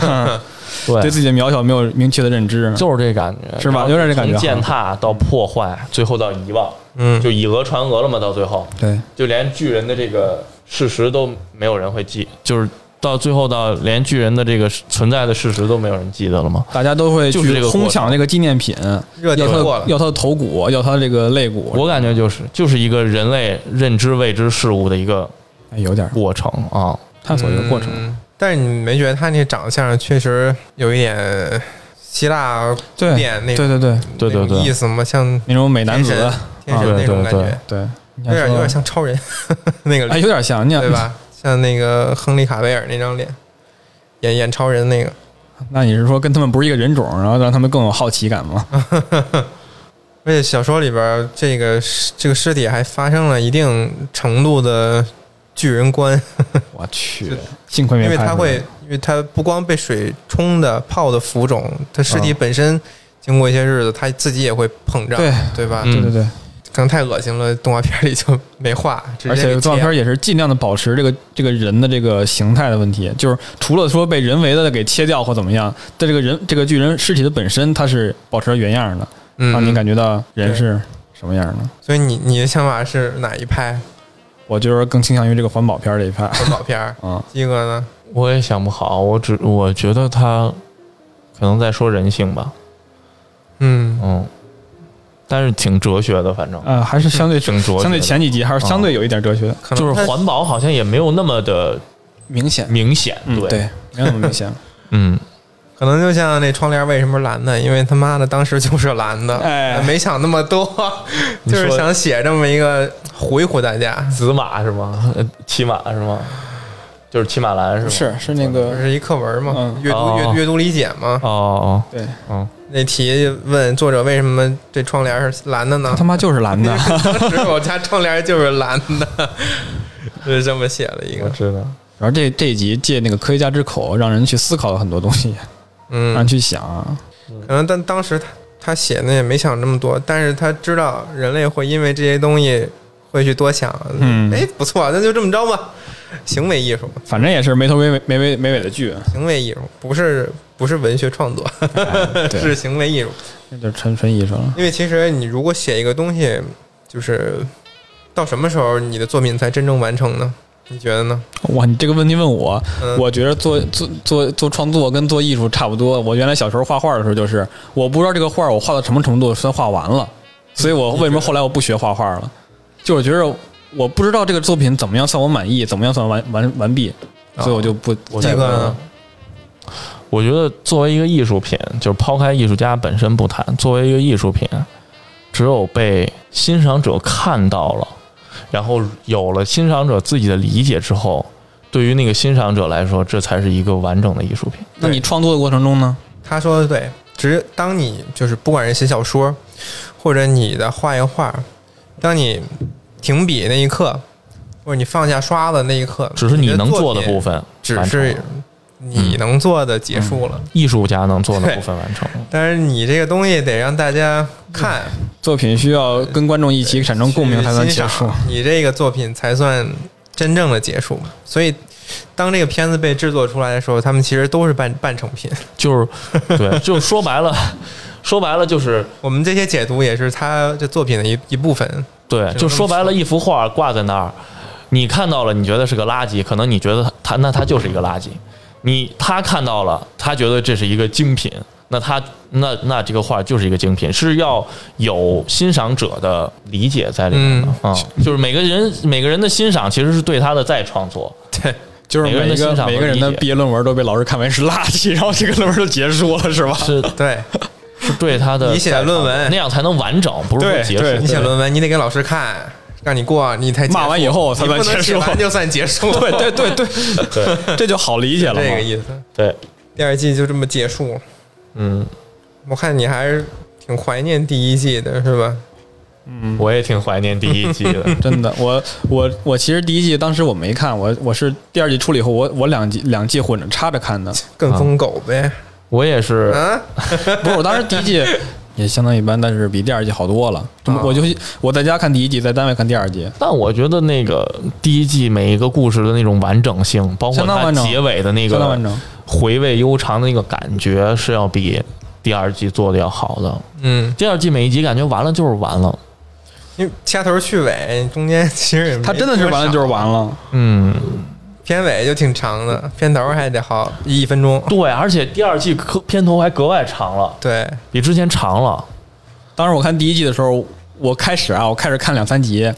B: 它，对
C: [LAUGHS] 对，
B: 自己的渺小没有明确的认知，
C: 就是这感觉，
B: 是吧
C: 然后
B: 有点这感觉
C: 从践踏到破坏，最后到遗忘，
A: 嗯
C: 就以讹传讹了嘛。到最后，
B: 对，
C: 就连巨人的这个事实都没有人会记，就是到最后到连巨人的这个存在的事实都没有人记得了吗？
B: 大家都会
C: 就是这
B: 去
C: 个过程
B: 哄抢这个纪念品，
A: 热
B: 要
A: 点
B: 它
A: 过了，
B: 的要它的头骨，要它这个肋骨，
C: 我感觉就是就是一个人类认知未知事物的一个
B: 哎有点儿
C: 过程啊，
B: 探索这个过程。
A: 嗯但是你没觉得他那长相确实有一点希腊
B: 对
A: 古典那
B: 对对对，
C: 对对
A: 那种意
C: 对，
A: 思吗？像
B: 那种美男子
A: 天神，天神
C: 啊
A: 那种感
C: 对对
A: 觉，
B: 对，你
A: 有
B: 想
A: 点
B: 说
A: 有点像超人那个
B: 哎，
A: 脸，
B: 有点像，你想
A: 对？吧？像那个亨利卡维尔那张脸，演演超人那个。
B: [LAUGHS] 那你是说跟他们不是一个人种，然后让他们更有好奇感吗？
A: 嗯而且小说里边儿这个尸这个尸体还发生了一定程度的巨人观，
B: 我去，幸亏没
A: 因为
B: 拍出来。
A: 它会，因为它不光被水冲的、泡的浮肿，它尸
C: 啊
A: 体本身经过一些日子，它自己也会膨胀，
B: 对
A: 对吧？
C: 嗯
B: 对对对，
A: 可能太恶心了，动画片里就没画，直接
B: 而且
A: 给
B: 动画片
A: 切
B: 也是尽量的保持这个这个人的这个形态的问题，就是除了说被人为的给切掉或怎么样，但这个人这个巨人尸体的本身它是保持原样的，让你
A: 嗯，
B: 感觉到人是什么样的。
A: 所以你你的想法是哪一派
B: 我就是更倾向于这个环保片儿这一派？
A: 环保片儿
B: 啊，
A: 鸡哥呢？
C: 我也想不好，我只我觉得他可能在说人性吧，
A: 嗯，
C: 嗯，但是挺哲学的，反正
B: 呃，还是相对
C: 挺哲学的，
B: 相对前几集还是相对有一点哲学
A: 可能
C: 就是
A: 它
C: 环保好像也没有那么的
B: 明显，
C: 明显，
B: 嗯，
C: 对，
B: 对，没有那么明显。
C: 嗯，
A: 可能就像那窗帘为什么蓝的，因为他妈的当时就是蓝的，
B: 哎
A: 没想那么多，
C: 你
A: 就
C: 说
A: 是想写这么一个唬一唬大家，
C: 子马是吗？呃骑马是吗？就是骑马兰是吗？
B: 不是是那
A: 就
B: 个
A: 是一课文嘛，
B: 嗯
A: 阅读
C: 哦
A: 阅阅读理解嘛。
C: 哦哦，
B: 对。
A: 那题问作者为什么这窗帘是蓝的呢？
B: 他妈就是蓝的，
A: 当时我家窗帘就是蓝的， [LAUGHS] 就是这么写了一
C: 我
A: 个。
C: 知道。
B: [LAUGHS] 然后这这一集借那个科学家之口，让人去思考了很多东西，让
A: 嗯
B: 人，去想啊。
A: 可能但当时他他写的也没想这么多，但是他知道人类会因为这些东西会去多想。
B: 嗯
A: 哎，不错，那就这么着吧。行为艺术，
B: 反正也是没头没尾、没尾没尾的剧，啊
A: 行为艺术不是不是文学创作，
B: 哎
A: [LAUGHS]
B: 对，
A: 是行为艺术。
B: 那就是纯纯艺术了。
A: 因为其实你如果写一个东西，就是到什么时候你的作品才真正完成呢？你觉得呢？
B: 哇，你这个问题问我，
A: 嗯，
B: 我觉得做做做做创作跟做艺术差不多。我原来小时候画画的时候，就是我不知道这个画我画到什么程度算画完了，所以我为什么后来我不学画画了？就我觉得我不知道啊这个作品怎么样算我满意，怎么样算完完完毕，所以我就不
C: 我
A: 这
C: 觉
A: 个
C: 得
A: 呢
C: 我觉得作为一个艺术品，就是抛开艺术家本身不谈，作为一个艺术品，只有被欣赏者看到了，然后有了欣赏者自己的理解之后，对于那个欣赏者来说，这才是一个完整的艺术品。
B: 那你创作的过程中呢？
A: 他说的对，只当你就是不管是写小说，或者你的画一个画，当你停笔那一刻，或者你放下刷子那一刻，
C: 只是
A: 你
C: 你能做的
A: 的
C: 部
A: 作
C: 分，
A: 品，只
C: 完成
A: 是
C: 了嗯
A: 你能做的结束了。
C: 艺术家能做的部分完成了。
A: 但是你这个东西得让大家看，
C: 嗯
B: 作品需要跟观众一起产生共鸣才能
A: 去欣
B: 结
A: 赏
B: 束。
A: 你这个作品才算真正的结束。所以，当这个片子被制作出来的时候，他们其实都是半半成品。
C: 就
A: [LAUGHS]
C: 是对，就说白了，说白了就是
A: 我们这些解读也是他这作品的一一部分。
C: 对，
A: 就
C: 就说白
A: 这么
C: 了，
A: 说
C: 一幅画挂在那儿，你看到了，你觉得是个垃圾，可能你觉得它那它就是一个垃圾，你他看到了，他觉得这是一个精品，那他那那这个画就是一个精品，是要有欣赏者的理解在里面的
A: 嗯
C: 啊、就是每个人每个人的欣赏其实是对他的再创作，
A: 对，
B: 就是
C: 每个人
B: 每
C: 的
B: 一
C: 欣
B: 个
C: 赏和
B: 每一个人的
C: 理解
B: 毕业论文都被老师看为是垃圾，然后这个论文就结束了，是吧？
C: 是
A: 对
C: 啊是对他
B: 呃
C: 的
A: 你写
C: 再创
A: 论文
C: 那样才能完整，不是说
B: 对
C: 结束。
B: 对
A: 你写论文，你得给老师看，让你过，你才结束
B: 骂完以后才
A: 你
B: 算
A: 不能
B: 结
A: 写
B: 束。
A: 完就算结束，
B: [LAUGHS] 对对对对对，这就好理解了嘛。
A: 这个意思。
C: 对，
A: 第二季就这么结束，
C: 嗯，
A: 我看你还是挺怀念第一季的，是吧？嗯
C: 我也挺怀念第一季的。
B: 真的，我我我其实第一季当时我没看，我我是第二季出了以后，我我两季两季混着插着看的。
A: 跟风狗呗，
C: 我也是，
A: 啊，
B: 不是，我当时第一季也相当一般，但是比第二季好多了。
A: 啊
B: 我就我在家看第一季，在单位看第二季。
C: 但我觉得那个第一季每一个故事的那种完整性，包括
B: 相当
C: 它
B: 完整
C: 结尾的那
B: 相当
C: 个
B: 完整，
C: 回味悠长的那个感觉，是要比第二季做的要好的。
A: 嗯，
C: 第二季每一集感觉完了就是完了，
A: 因为掐头去尾，中间其实也没
B: 它真的是完了就是完
A: 多少，
B: 了。
C: 嗯，
A: 片尾就挺长的，片头还得好一分钟，
C: 对，而且第二季可片头还格外长了，
A: 对，
C: 比之前长了，
B: 当时我看第一季的时候，我开始啊，我开始看两三集，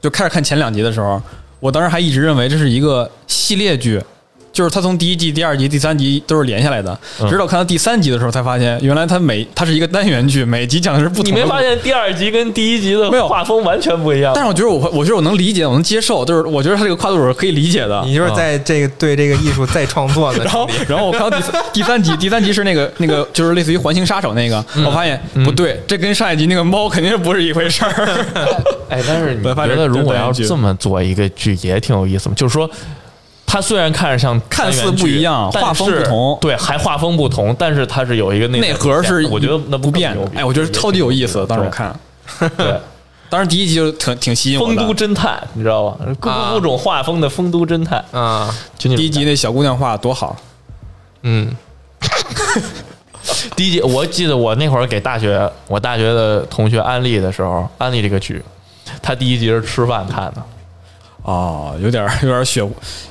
B: 就开始看前两集的时候，我当时还一直认为这是一个系列剧，就是它从第一季、第二集、第三集都是连下来的。
C: 嗯
B: 直到看到第三集的时候，才发现原来它每它是一个单元剧，每集讲的是不同的。
C: 你没发？现第二集跟第一集的
B: 没有
C: 画风完全不一样？
B: 但是我觉得我我觉得我能理解，我能接受，就是我觉得它这个跨度是可以理解的。
A: 你就是在这个对这个艺术再创作的
B: 啊 [LAUGHS] 然后
A: 能力，，
B: 然后我看到第三第三集，第三集是那
C: [LAUGHS]
B: 个那个，就是类似于《环形杀手》那个，
C: 嗯
B: 我发现不对，这跟上一集那个猫肯定不是一回事儿。
C: 哎，但是你
B: 文化
C: 觉
B: 人
C: 得如果
B: 就单
C: 要
B: 元剧
C: 这么做一个剧也挺有意思吗？就是说，它虽然看着像
B: 看似
C: 单元剧
B: 不一样
C: 但
B: 画风不同
C: 是对，还画风不同，但是它是有一个内
B: 内核是
C: 我觉得那
B: 不变的
C: 的，，
B: 哎，我觉得超级有意思。当时我看，
C: 对
B: [LAUGHS] 当时第一集就挺挺吸引
C: 《
B: 我
C: 丰
B: 的
C: 都。侦探》，你知道吧？各
A: 啊
C: 各种画风的《丰都侦探
A: 啊，》，
C: 就那种
B: 第一集那小姑娘画多好，
C: [LAUGHS]
A: 嗯，
C: 第一集，我记得我那会儿给大学我大学的同学安利的时候，安利这个剧，他第一集是吃饭看的，
B: 哦，有点有点血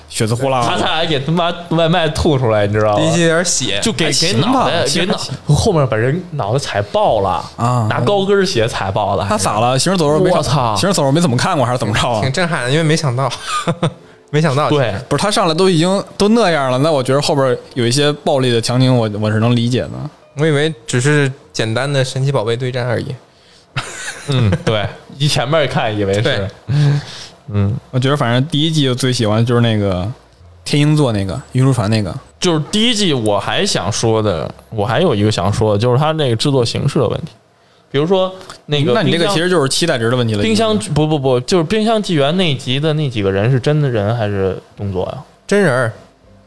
B: 血丝呼啦
C: 他
B: 啦。
C: 差点给他妈外卖吐出来，你知道吗？
A: 第一季有点血，
C: 就给
B: 还
C: 给
B: 哎行吧
C: 脑袋
B: 其
C: 给
B: 实
C: 脑
B: 还行
C: 后面把人脑袋踩爆了
B: 啊
C: 拿高跟鞋踩爆的。
B: 他咋了？行尸走肉没
C: 我操
B: 行尸走肉没怎么看过还是怎么着啊
A: 挺？震撼的，因为没想
B: [LAUGHS]
A: 到，没想到，
C: 对，
B: 不是他上来都已经都那样了，那我觉得后边有一些暴力的强情，我我是能理解的。
A: 我以为只是简单的神奇宝贝对战而已，
C: 嗯，对， [LAUGHS] 一前面看以为是
A: 对，
C: 嗯，
B: 我觉得反正第一季我最喜欢的就是那个天鹰座那个运输船那个，
C: 就是第一季我还想说的，我还有一个想说的，就是它那个制作形式的问题，比如说那个
B: 嗯那你这个
C: 冰箱
B: 其实就是期待值的问题了。
C: 冰箱
B: 已经
C: 不不不，就是冰箱纪元那集的那几个人是真的人还是动作呀、
A: 真人儿，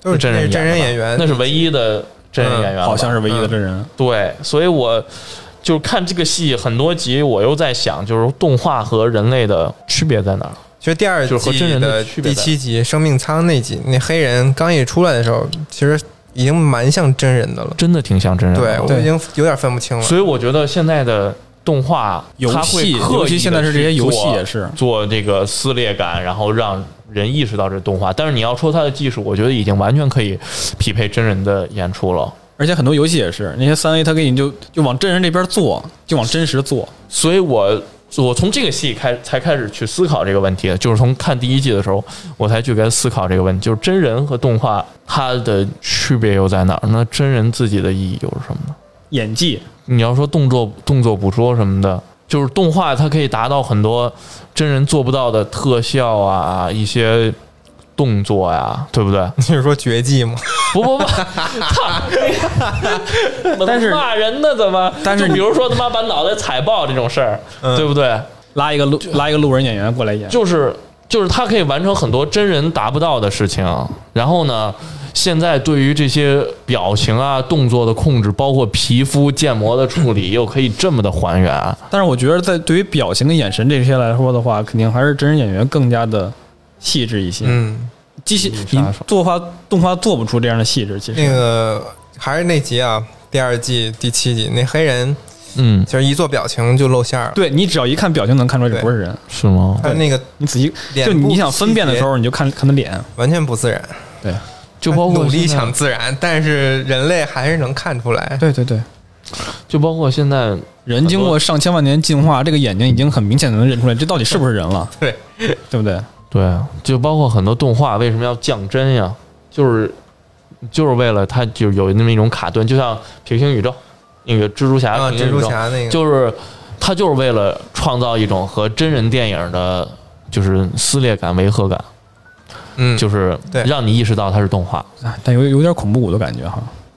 A: 都是
C: 真
A: 那
C: 人
A: 是真人演员，
C: 那是唯一的真人演员了吧、
B: 呃嗯好像是唯一的真人，
C: 对，所以我就看这个戏很多集，我又在想，就是动画和人类的区别在哪儿？
A: 其实第二
C: 就是和真
A: 季
C: 人的
A: 的
C: 区别
A: 第
C: 在
A: 七集《生命舱》那集，那黑人刚一出来的时候，其实已经蛮像真人的了。
C: 真的挺像真人的。
A: 对，我
B: 对
A: 已经有点分不清了。
C: 所以我觉得现在的动画，
B: 游
C: 它会
B: 戏，
C: 刻意
B: 尤其现在是这些
C: 地
B: 游
C: 去
B: 戏
C: 做
B: 也是。
C: 做这个撕裂感，然后让人意识到这动画。但是你要说它的技术，我觉得已经完全可以匹配真人的演出了。
B: 而且很多游戏也是，那些三 A 它给你就就往真人这边做，就往真实做。
C: 所以我我从这个戏开才开始去思考这个问题的，就是从看第一季的时候，我才去该思考这个问题，就是真人和动画它的区别又在哪儿？那真人自己的意义又是什么呢？
B: 演技
C: 你要说动作动作捕捉什么的，就是动画它可以达到很多真人做不到的特效啊，一些动作呀、对不对？ [LAUGHS]
A: 你是说绝技吗？
C: 不不不，操！
B: [LAUGHS] 但是
C: [LAUGHS] 骂人呢怎么？
B: 但是
C: 就比如说他妈把脑袋踩爆这种事儿，
A: 嗯
C: 对不对？
B: 拉一个路拉一个路人演员过来演，
C: 就是就是他可以完成很多真人达不到的事情。然后呢，现在对于这些表情啊、动作的控制，包括皮肤建模的处理，又可以这么的还原。
B: 但是我觉得在对于表情跟眼神这些来说的话，肯定还是真人演员更加的细致一些。
A: 嗯，
B: 机器
C: 嗯
B: 你
C: 杀手
B: 作画动画做不出这样的细致，其
A: 那
B: 实
A: 个还是那集啊，第二季第七集那黑人，
C: 嗯，
A: 其实一做表情就露馅儿了。
B: 对你只要一看表情能看出来这不是人。
C: 是吗？
A: 他那个
B: 你仔细
A: 脸
B: 就
A: 部
B: 你想分辨的时候，你就看看他脸。
A: 完全不自然，
C: 就包
A: 努
C: 括
A: 力
C: 现在
A: 想自然，但是人类还是能看出来。
B: 对对对，
C: 就包括现在
B: 人经过上千万年进化，这个眼睛已经很明显的能认出来这到底是不是人了，
A: 对，
B: 对不对？
C: 对，啊就包括很多动画为什么要降帧呀？就是就是为了它就有那么一种卡顿，就像平行宇宙那个蜘蛛侠，
A: 啊，
C: 平行
A: 蜘
C: 宇
A: 蛛
C: 宙
A: 侠那个，
C: 就是它就是为了创造一种和真人电影的就是撕裂感、违和感，
A: 嗯，
C: 就是
A: 对
C: 让你意识到它是动画，
B: 哎但有有点恐怖谷的感觉
C: [LAUGHS]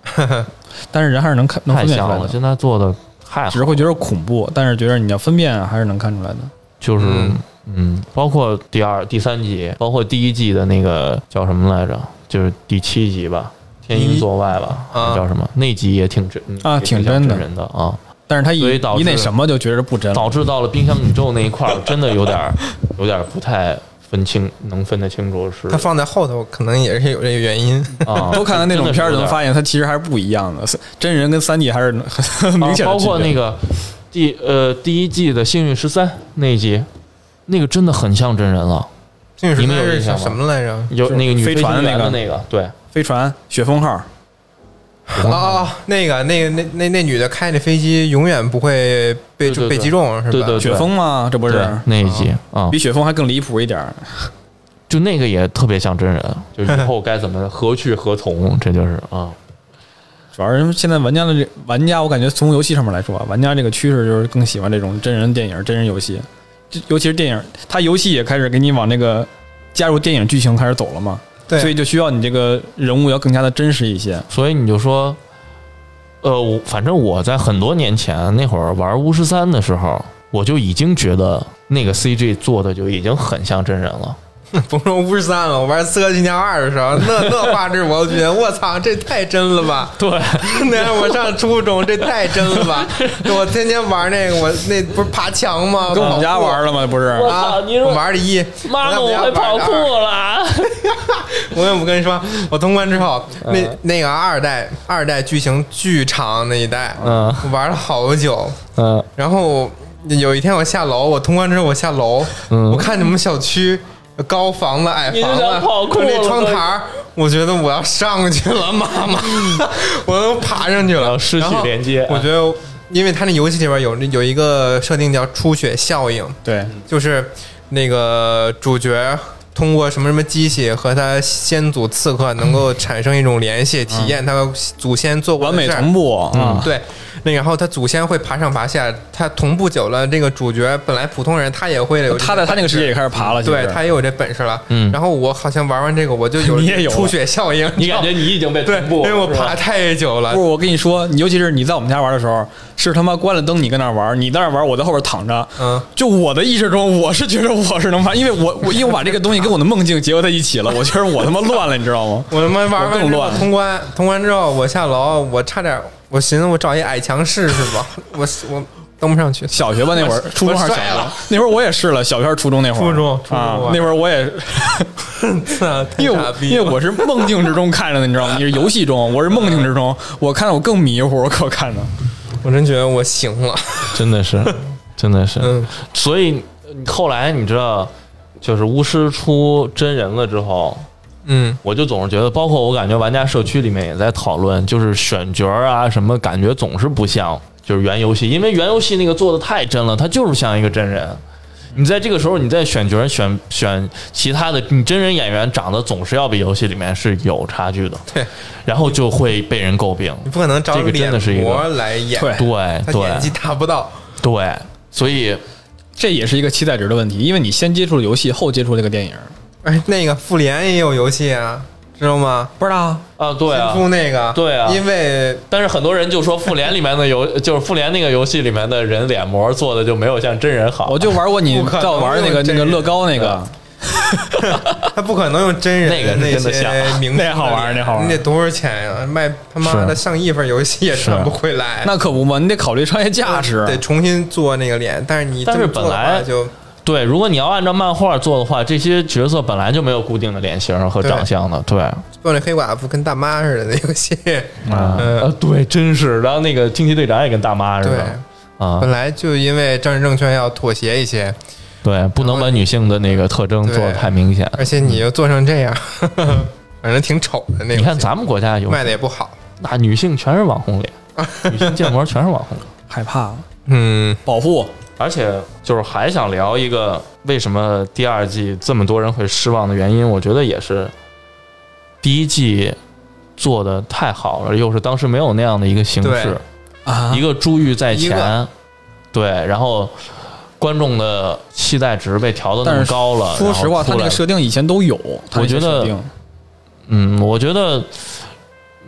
B: 哈。但是人还是能看能
C: 太
B: 分辨出
C: 像
B: 来
C: 了。
B: 的，
C: 现在做的太
B: 只是会觉得恐怖，但是觉得你要分辨啊还是能看出来的。
C: 就是
A: 嗯
C: 嗯包括第二、第三集，包括第一季的那个叫什么来着？就是第七集吧，《天鹰座外》吧，
A: 啊
C: 还是叫什么？那集也挺真
B: 啊
C: 也
B: 挺
C: 像
B: 真的
C: 人的啊，
B: 但是他以
C: 所以导致
B: 以那什么就觉得不真了，
C: 导致到了冰箱宇宙那一块儿，真的有点儿有点儿不太分清，能分得清楚
A: [LAUGHS]
C: 是
A: 他放在后头，可能也是有这个原因。 [LAUGHS]
C: 啊，
B: 都看了那种片儿就
C: 真的是有点
B: 能
C: 儿
B: 发现，它其实还是不一样的。是真人跟三 D 还是 [LAUGHS] 能很
C: 啊
B: 明显的
C: 包
B: 区别、
C: 括那个第呃第一季的《幸运十三》那一集，那个真的很像真人了，
A: 这个
C: 你们有
A: 是
C: 印象吗
A: 什么来着？
C: 有
B: 就是
C: 那个女
B: 飞船
C: 行
B: 的
C: 员
B: 那
C: 的
B: 个
C: 那个，对，
B: 飞船、雪峰号，
A: 哦哦，那个那个那那那女的开那飞机永远不会被
C: 对对对
A: 被击中，是吧？
C: 对对
B: 雪峰吗？这不
C: 对
B: 是
C: 那一集啊，
B: 比雪峰还更离谱一点儿。
C: 就那个也特别像真人，就以后该怎么何去何
B: 嗯
C: 从，这就是啊，
B: 主要是现在玩家的这玩家，我感觉从游戏上面来说啊，玩家这个趋势就是更喜欢这种真人电影、真人游戏，这尤其是电影，它游戏也开始给你往那个加入电影剧情开始走了嘛，
A: 对
B: 所以就需要你这个人物要更加的真实一些。
C: 所以你就说，呃，我反正我在很多年前那会儿玩巫师三的时候，我就已经觉得那个 CG 做的就已经很像真人了。
A: [LAUGHS] 甭说巫师三了，我玩《刺客信条二》的时候，那那画质我就觉得，我操，这太真了吧！
C: 对，
A: 那让我上初中，这太真了
C: [LAUGHS]
A: 吧！我天天玩那个，我那不是爬墙吗？
B: 跟我们家
A: 跑酷
B: 玩了吗？不是，
A: 啊！
C: 我操你说
A: 我玩的一，
C: 妈
A: 在
C: 妈，
A: 我
C: 我
A: 家
C: 会
A: 玩的啊
C: 跑酷
A: 二
C: 了。
A: [LAUGHS] 我也不跟你说，我通关之后，
C: 嗯
A: 那那个二代二代剧情巨长那一代，
C: 嗯
A: 我玩了好久。
C: 嗯
A: 然后有一天我下楼，我通关之后我下楼，
C: 嗯
A: 我看你们小区高房子、矮
C: 你就
A: 房子
C: 想跑，酷
A: 就那
C: 了
A: 窗
C: 都
A: 台儿，我觉得我要上去了，妈妈，[LAUGHS]
C: 嗯
A: 我都爬上去
C: 然
A: 了，
C: 后失去
A: 然后
C: 连接啊
A: 我觉得，因为它那游戏里边有有一个设定叫出血效应，
B: 对，
A: 就是那个主角通过什么什么机器和他先祖刺客能够产生一种联系，体验他祖先做过
B: 完
A: 的
B: 美
A: 事儿
B: 同步啊。
A: 对，那然后他祖先会爬上爬下，他同步久了，这个主角本来普通人他也会有这个
B: 他在他那个世界也开始爬了，其实
A: 对他也有这本事了。
C: 嗯
A: 然后我好像玩完这个我就有
B: [LAUGHS] 你也有了啊
A: 出血效应，
C: 你感觉你已经被
A: 对，
C: 同
A: 因
C: 步，
A: 为我
C: 是吧
A: 爬太久了
B: 不。是我跟你说，你尤其是你在我们家玩的时候，是他妈关了灯，你跟那儿玩，你在那儿玩，我在后边躺着。
A: 嗯，
B: 就我的意识中，我是觉得我是能玩，因为我我因为我把这个东西跟我的梦境结合在一起了，我觉得我他妈乱了，你知道吗？
A: 我他妈玩
B: 我
A: 完
B: 更
A: 之后
B: 乱
A: 通关，通关之后我下楼，我差点，我寻思我找一矮墙试试吧，我我登不上去。
B: 小学吧那会儿，初中还是小
A: 我帅
B: 学
A: 了？
B: 那会儿我也是了，小学还是初中那会儿？
A: 初中初中
B: 啊
A: 我，
B: 那会儿我也，
C: [LAUGHS]
B: 因为
A: 太傻
B: 我
A: 逼
B: 因为
A: 了，
B: 我是梦境之中看着的，你知道吗？你是游戏中，我是梦境之中，我看的我更迷糊，我可看的。
A: 我真觉得我行了。
C: 真的是，真
B: [LAUGHS]
C: 的是。
A: 嗯
C: 所以你后来你知道，就是巫师出真人了之后，
A: 嗯，
C: 我就总是觉得，包括我感觉玩家社区里面也在讨论，就是选角啊什么，感觉总是不像就是原游戏，因为原游戏那个做的太真了，它就是像一个真人。你在这个时候，你在选角、选选其他的，你真人演员长得总是要比游戏里面是有差距的，
A: 对，
C: 然后就会被人诟病。
A: 你不可能找
C: 这个真
A: 脸
C: 的是一个
A: 模来演，
B: 对
C: 对
A: 他演技
C: 对
A: 达不到。
C: 对，所以
B: 这也是一个期待值的问题，因为你先接触了游戏，后接触这个电影，
A: 哎，那个复联也有游戏啊，知道吗？
B: 不知道
C: 啊，对啊
A: 新，出那个，
C: 对啊
A: 因为
C: 但是很多人就说复联里面的游， [LAUGHS] 就是复联那个游戏里面的人脸模做的就没有像真人好。
B: 我就玩过你
A: 不可能
B: 叫我玩那个
A: 这
B: 那
A: 个
B: 个乐高那个，
A: 他不可能用真人
C: [LAUGHS] 那个
A: 那
C: 是真的
A: 些
C: 像
A: 名
C: [LAUGHS]
B: 那好玩
A: 儿
B: 那好玩
A: 你得多少钱呀？卖他妈的上亿份游戏也赚不回
C: [LAUGHS]
A: 来，
B: 那可不嘛，你得考虑商业价值。
A: 得重新做那个脸。但是你
C: 但是
A: 这么做的话
C: 本来
A: 就
C: 对，如果你要按照漫画做的话，这些角色本来就没有固定的脸型和长相的，对，
A: 做那黑寡妇跟大妈似的那游戏，
C: 啊
A: 嗯，
C: 对，真是。然后那个惊奇队长也跟大妈似
A: 对，
C: 的啊
A: 本，来就因为政治正确要妥协一些，
C: 对，不能把女性的那个特征做的太明显。
A: 而且你又做成这样， [LAUGHS] 反正挺丑的那个游戏。
C: 你看咱们国家有
A: 卖的也不好，
C: 那女性全是网红
A: [LAUGHS]
C: 脸，女性建模全是网红脸。
B: 害怕了
A: 嗯，
B: 保护
C: 而且就是还想聊一个为什么第二季这么多人会失望的原因，我觉得也是第一季做的太好了，又是当时没有那样的一个形式，
B: 啊
C: 一，个珠玉在
A: 一个
C: 前，对，然后观众的期待值被调的那么
B: 但是
C: 高了，
B: 说实话，他
C: 然后出
B: 那
C: 来
B: 个设定以前都有，它那些
C: 我觉得
B: 设定
C: 嗯，我觉得。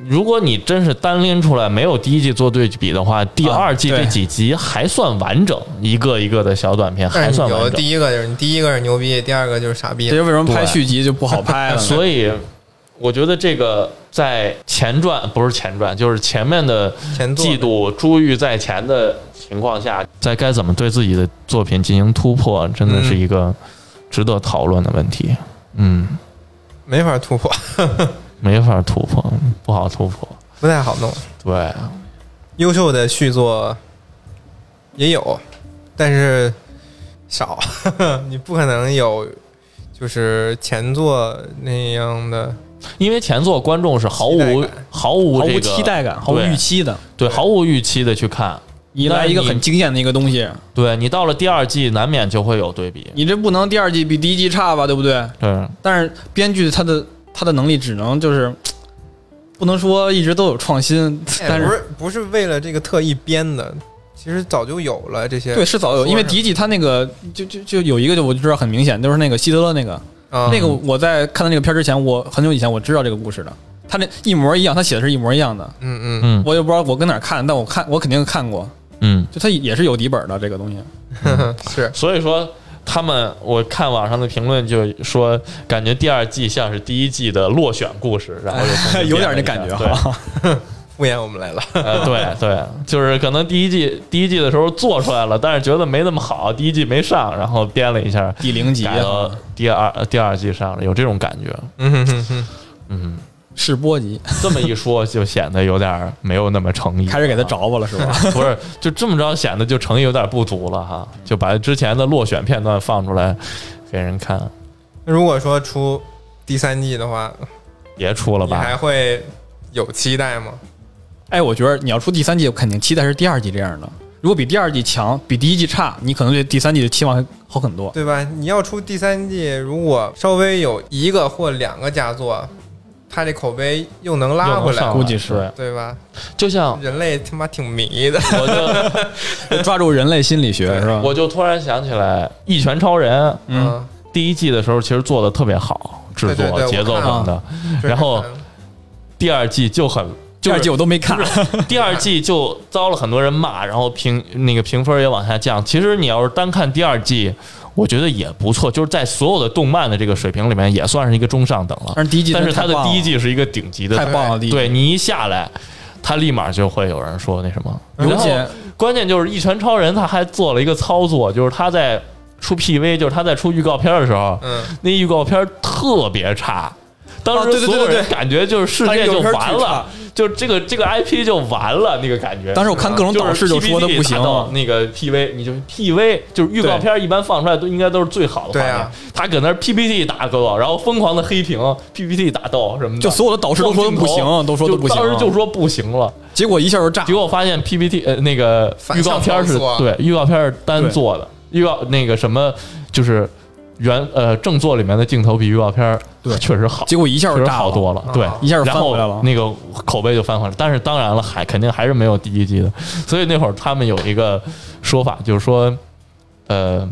C: 如果你真是单拎出来没有第一季做对比的话，第
B: 啊
C: 二季
B: 对
C: 这几集还算完整，一个一个的小短片还
A: 但是
C: 算
A: 你
C: 完
A: 有
C: 整。
A: 第一个就是你第一个是牛逼，第二个就是傻
B: 这
A: 逼
B: 就，为什么拍
C: 对
B: 续集就不好拍了呢？
C: [LAUGHS] 所以我觉得这个在前传不是前传，就是前面的
A: 前作
C: 季度珠玉在前的情况下，在该怎么对自己的作品进行突破，真的
B: 嗯
C: 是一个值得讨论的问题。嗯，
A: 没法突破，
C: 没法突破，不好突破。
A: 不太好弄。
C: 对，
A: 优秀的续作也有，但是少， [LAUGHS] 你不可能有就是前作那样的。
C: 因为前作观众是毫
A: 期待
C: 无
A: 感
C: 毫无
B: 毫
C: 这
B: 无
C: 个
B: 期待感，毫无
C: 对
B: 预期的，
C: 对毫无预期的去看。
B: 你来一个很惊艳的一个东西，
C: 对你到了第二季，难免就会有对比。
B: 你这不能第二季比第一季差吧，对不对？
C: 对，
B: 但是编剧他的他的能力只能就是。不能说一直都有创新，但
A: 哎不
B: 是
A: 是不是为了这个特意编的，其实早就有了这些。
B: 对是早有，因为第一季他那个就就就有一个就我就知道很明显，就是那个希特勒那个，
C: 嗯
A: 啊
B: 那个我在看到那个片儿之前，我很久以前我知道这个故事的，他那一模一样，他写的是一模一样的，
A: 嗯嗯，
C: 嗯
B: 我也不知道我跟哪儿看，但我看我肯定看过，
C: 嗯，
B: 就他也是有底本的这个
C: [LAUGHS]
B: 东西，
A: 嗯
B: 嗯
A: [LAUGHS] 是
C: 所以说，他们我看网上的评论就说，感觉第二季像是第一季的落选故事，然后
B: [LAUGHS] 有
C: 又重新
B: 点
C: 编了
B: 那
C: 一下
B: 感觉
C: 对 [LAUGHS]
B: 哈。
A: 敷衍我们来了。 [LAUGHS]
B: [LAUGHS]
C: 呃对对，就是可能第一季第一季的时候做出来了，但是觉得没那么好，第一季没上，然后编了一下，
B: 第零集
C: 改到第二第二季上了，有这种感觉。
A: 嗯哼哼哼，
C: 嗯，
B: 试播集
C: 这么一说就显得有点没有那么诚意，
B: 开始给他着吧了是吧？
C: [LAUGHS] 不嗯是，就这么着显得就诚意有点不足了哈，就把之前的落选片段放出来给人看，
A: 那如果说出第三季的话，
C: 别出了
A: 你
C: 吧。
A: 还会有期待吗？
B: 哎，我觉得你要出第三季，我肯定期待是第二季这样的。如果比第二季强，比第一季差，你可能对第三季的期望还好很
C: [LAUGHS]
B: 多。
A: 对吧？你要出第三季，如果稍微有一个或两个佳作，他这口碑又能拉回来，
B: 估计是
C: 对
A: 啊对吧？[LAUGHS]
C: 就像
A: 人类他妈挺迷的，
C: 我就
B: 抓住人类心理学是吧？
C: 我就突然想起来，《一拳超人》
B: 嗯，
C: 第一季的时候其实做的特别好，制
A: 对对
C: 作、
A: 对
C: 节奏
A: 我
C: 什
A: 看
B: 了
C: 么的。
A: 嗯，
C: [LAUGHS] 然后
A: 就是
C: 第二季就很，
B: 第
C: 就
B: 二季
C: 是
B: 我都没看，
C: 第二季就遭了很多人骂，然后评那个评分也往下降。其实你要是单看第二季，我觉得也不错，就是在所有的动漫的这个水平里面也算是一个中上等了。
B: 但是第一季
C: 但是它
B: 真
C: 的
B: 太棒了
C: 第一季是一个顶级的，
B: 太棒了，第一季
C: 对你一下来，它立马就会有人说那什么，
B: 尤
C: 然后
B: 其
C: 关键就是《一拳超人》，他还做了一个操作，就是他在出 PV，就是他在出预告片的时候，
A: 嗯，
C: 那预告片特别差，当
B: 啊对
C: 时
B: 对对
C: 所有
B: 对
C: 人
B: 对
C: 感觉就是世
B: 他
C: 界
B: 有
C: 就
B: 片儿
C: 完
B: 巨
C: 了，就这个这个 IP 就完了那个感觉。
B: 当时我看各种导师就说的不行
C: PPT 拿到那个 PV，你就 PV 就是预告片一般放出来都应该都是最好的画
A: 对
C: 面。
A: 啊
C: 他搁那儿 PPT 打斗，然后疯狂的黑屏 PPT 打斗什么的，
B: 就所有的导师都说
C: 撞镜
B: 不
C: 头
B: 行，都说都不行
C: 就，当时就说不行了。
B: 结果一下就炸
C: [LAUGHS] 结。果发现 PPT 呃那个
A: 反
C: 预
A: 向啊
C: 告片儿
A: 操
C: 是
A: 作
C: 对预告片儿是单
B: 对
C: 做的，预告那个什么就是原呃正作里面的镜头比预告片儿
B: 对
C: [LAUGHS] 确实好，
B: 结果一下
C: 确
B: 就
C: 实
B: 炸
C: 好
B: 了，
C: 多了
A: 啊，
C: 对。
B: 一下就
C: 然
B: 翻
C: 后
B: 回来了。
C: 那个口碑就翻回来，但是当然了，还肯定还是没有第一季的。所以那会儿他们有一个说法，就是说，呃，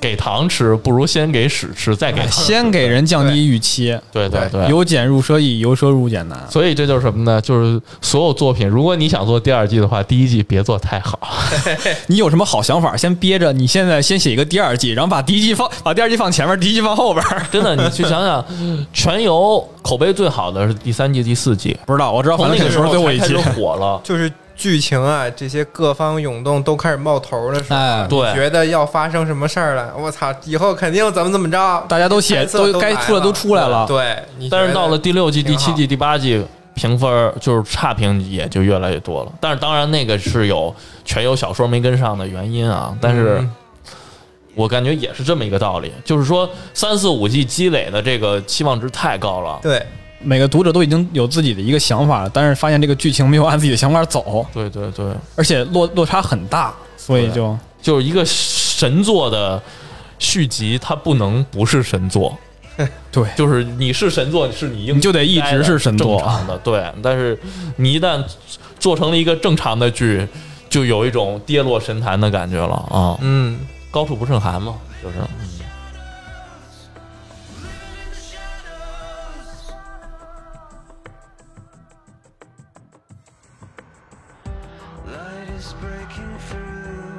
C: 给糖吃不如先给屎吃，再给
B: [LAUGHS] 哎
C: 糖吃。
B: 先给人降低预期，
C: 对对对，
B: 由俭入奢易，由奢入俭难。
C: 所以这就是什么呢？就是所有作品，如果你想做第二季的话，第一季别做太好。
B: 你有什么好想法，先憋着，你现在先写一个第二季，然后把第一季放，把第二季放前面，第一季放后边。
C: 真的，你去想想， [LAUGHS] 全游口碑最好的是第三季、第四季，
B: 不知道，我知道，
C: 从
B: 反正肯
C: 哦那个
B: 定
C: 时
B: 是
C: 候
B: 最后
C: 才
B: 一
C: 开
B: 季
C: 始。 [LAUGHS]
A: [LAUGHS]
C: 火了。
A: 就是剧情啊，这些各方涌动都开始冒头的时候，
B: 哎，
C: 对
A: 觉得要发生什么事儿了，我操，以后肯定怎么怎么着，
B: 大家都写，
A: 猜测
B: 都
A: 都
B: 该出来
A: 来
B: 都出来了。
A: 对，你
C: 但
A: 觉
C: 是
A: 得
C: 到了第六季、
A: 挺
C: 第
A: 好
C: 七季、第八季，评分儿就是差评也就越来越多了。但是当然，那个是有全游小说没跟上的原因啊。但是
A: 嗯
C: 我感觉也是这么一个道理，就是说三四五季积累的这个期望值太高了。
A: 对，
B: 每个读者都已经有自己的一个想法了，但是发现这个剧情没有按自己的想法走，
C: 对对对，
B: 而且落落差很大，所以就
C: 就是一个神作的续集，它不能不是神作。
B: [LAUGHS] 对
C: 就是你是神作，是你应
B: 你就得一直是神作
C: 正常的对。但是你一旦做成了一个正常的剧，就有一种跌落神坛的感觉了啊！
A: 嗯，
C: 高处不胜寒嘛，就是。
E: Light is breaking through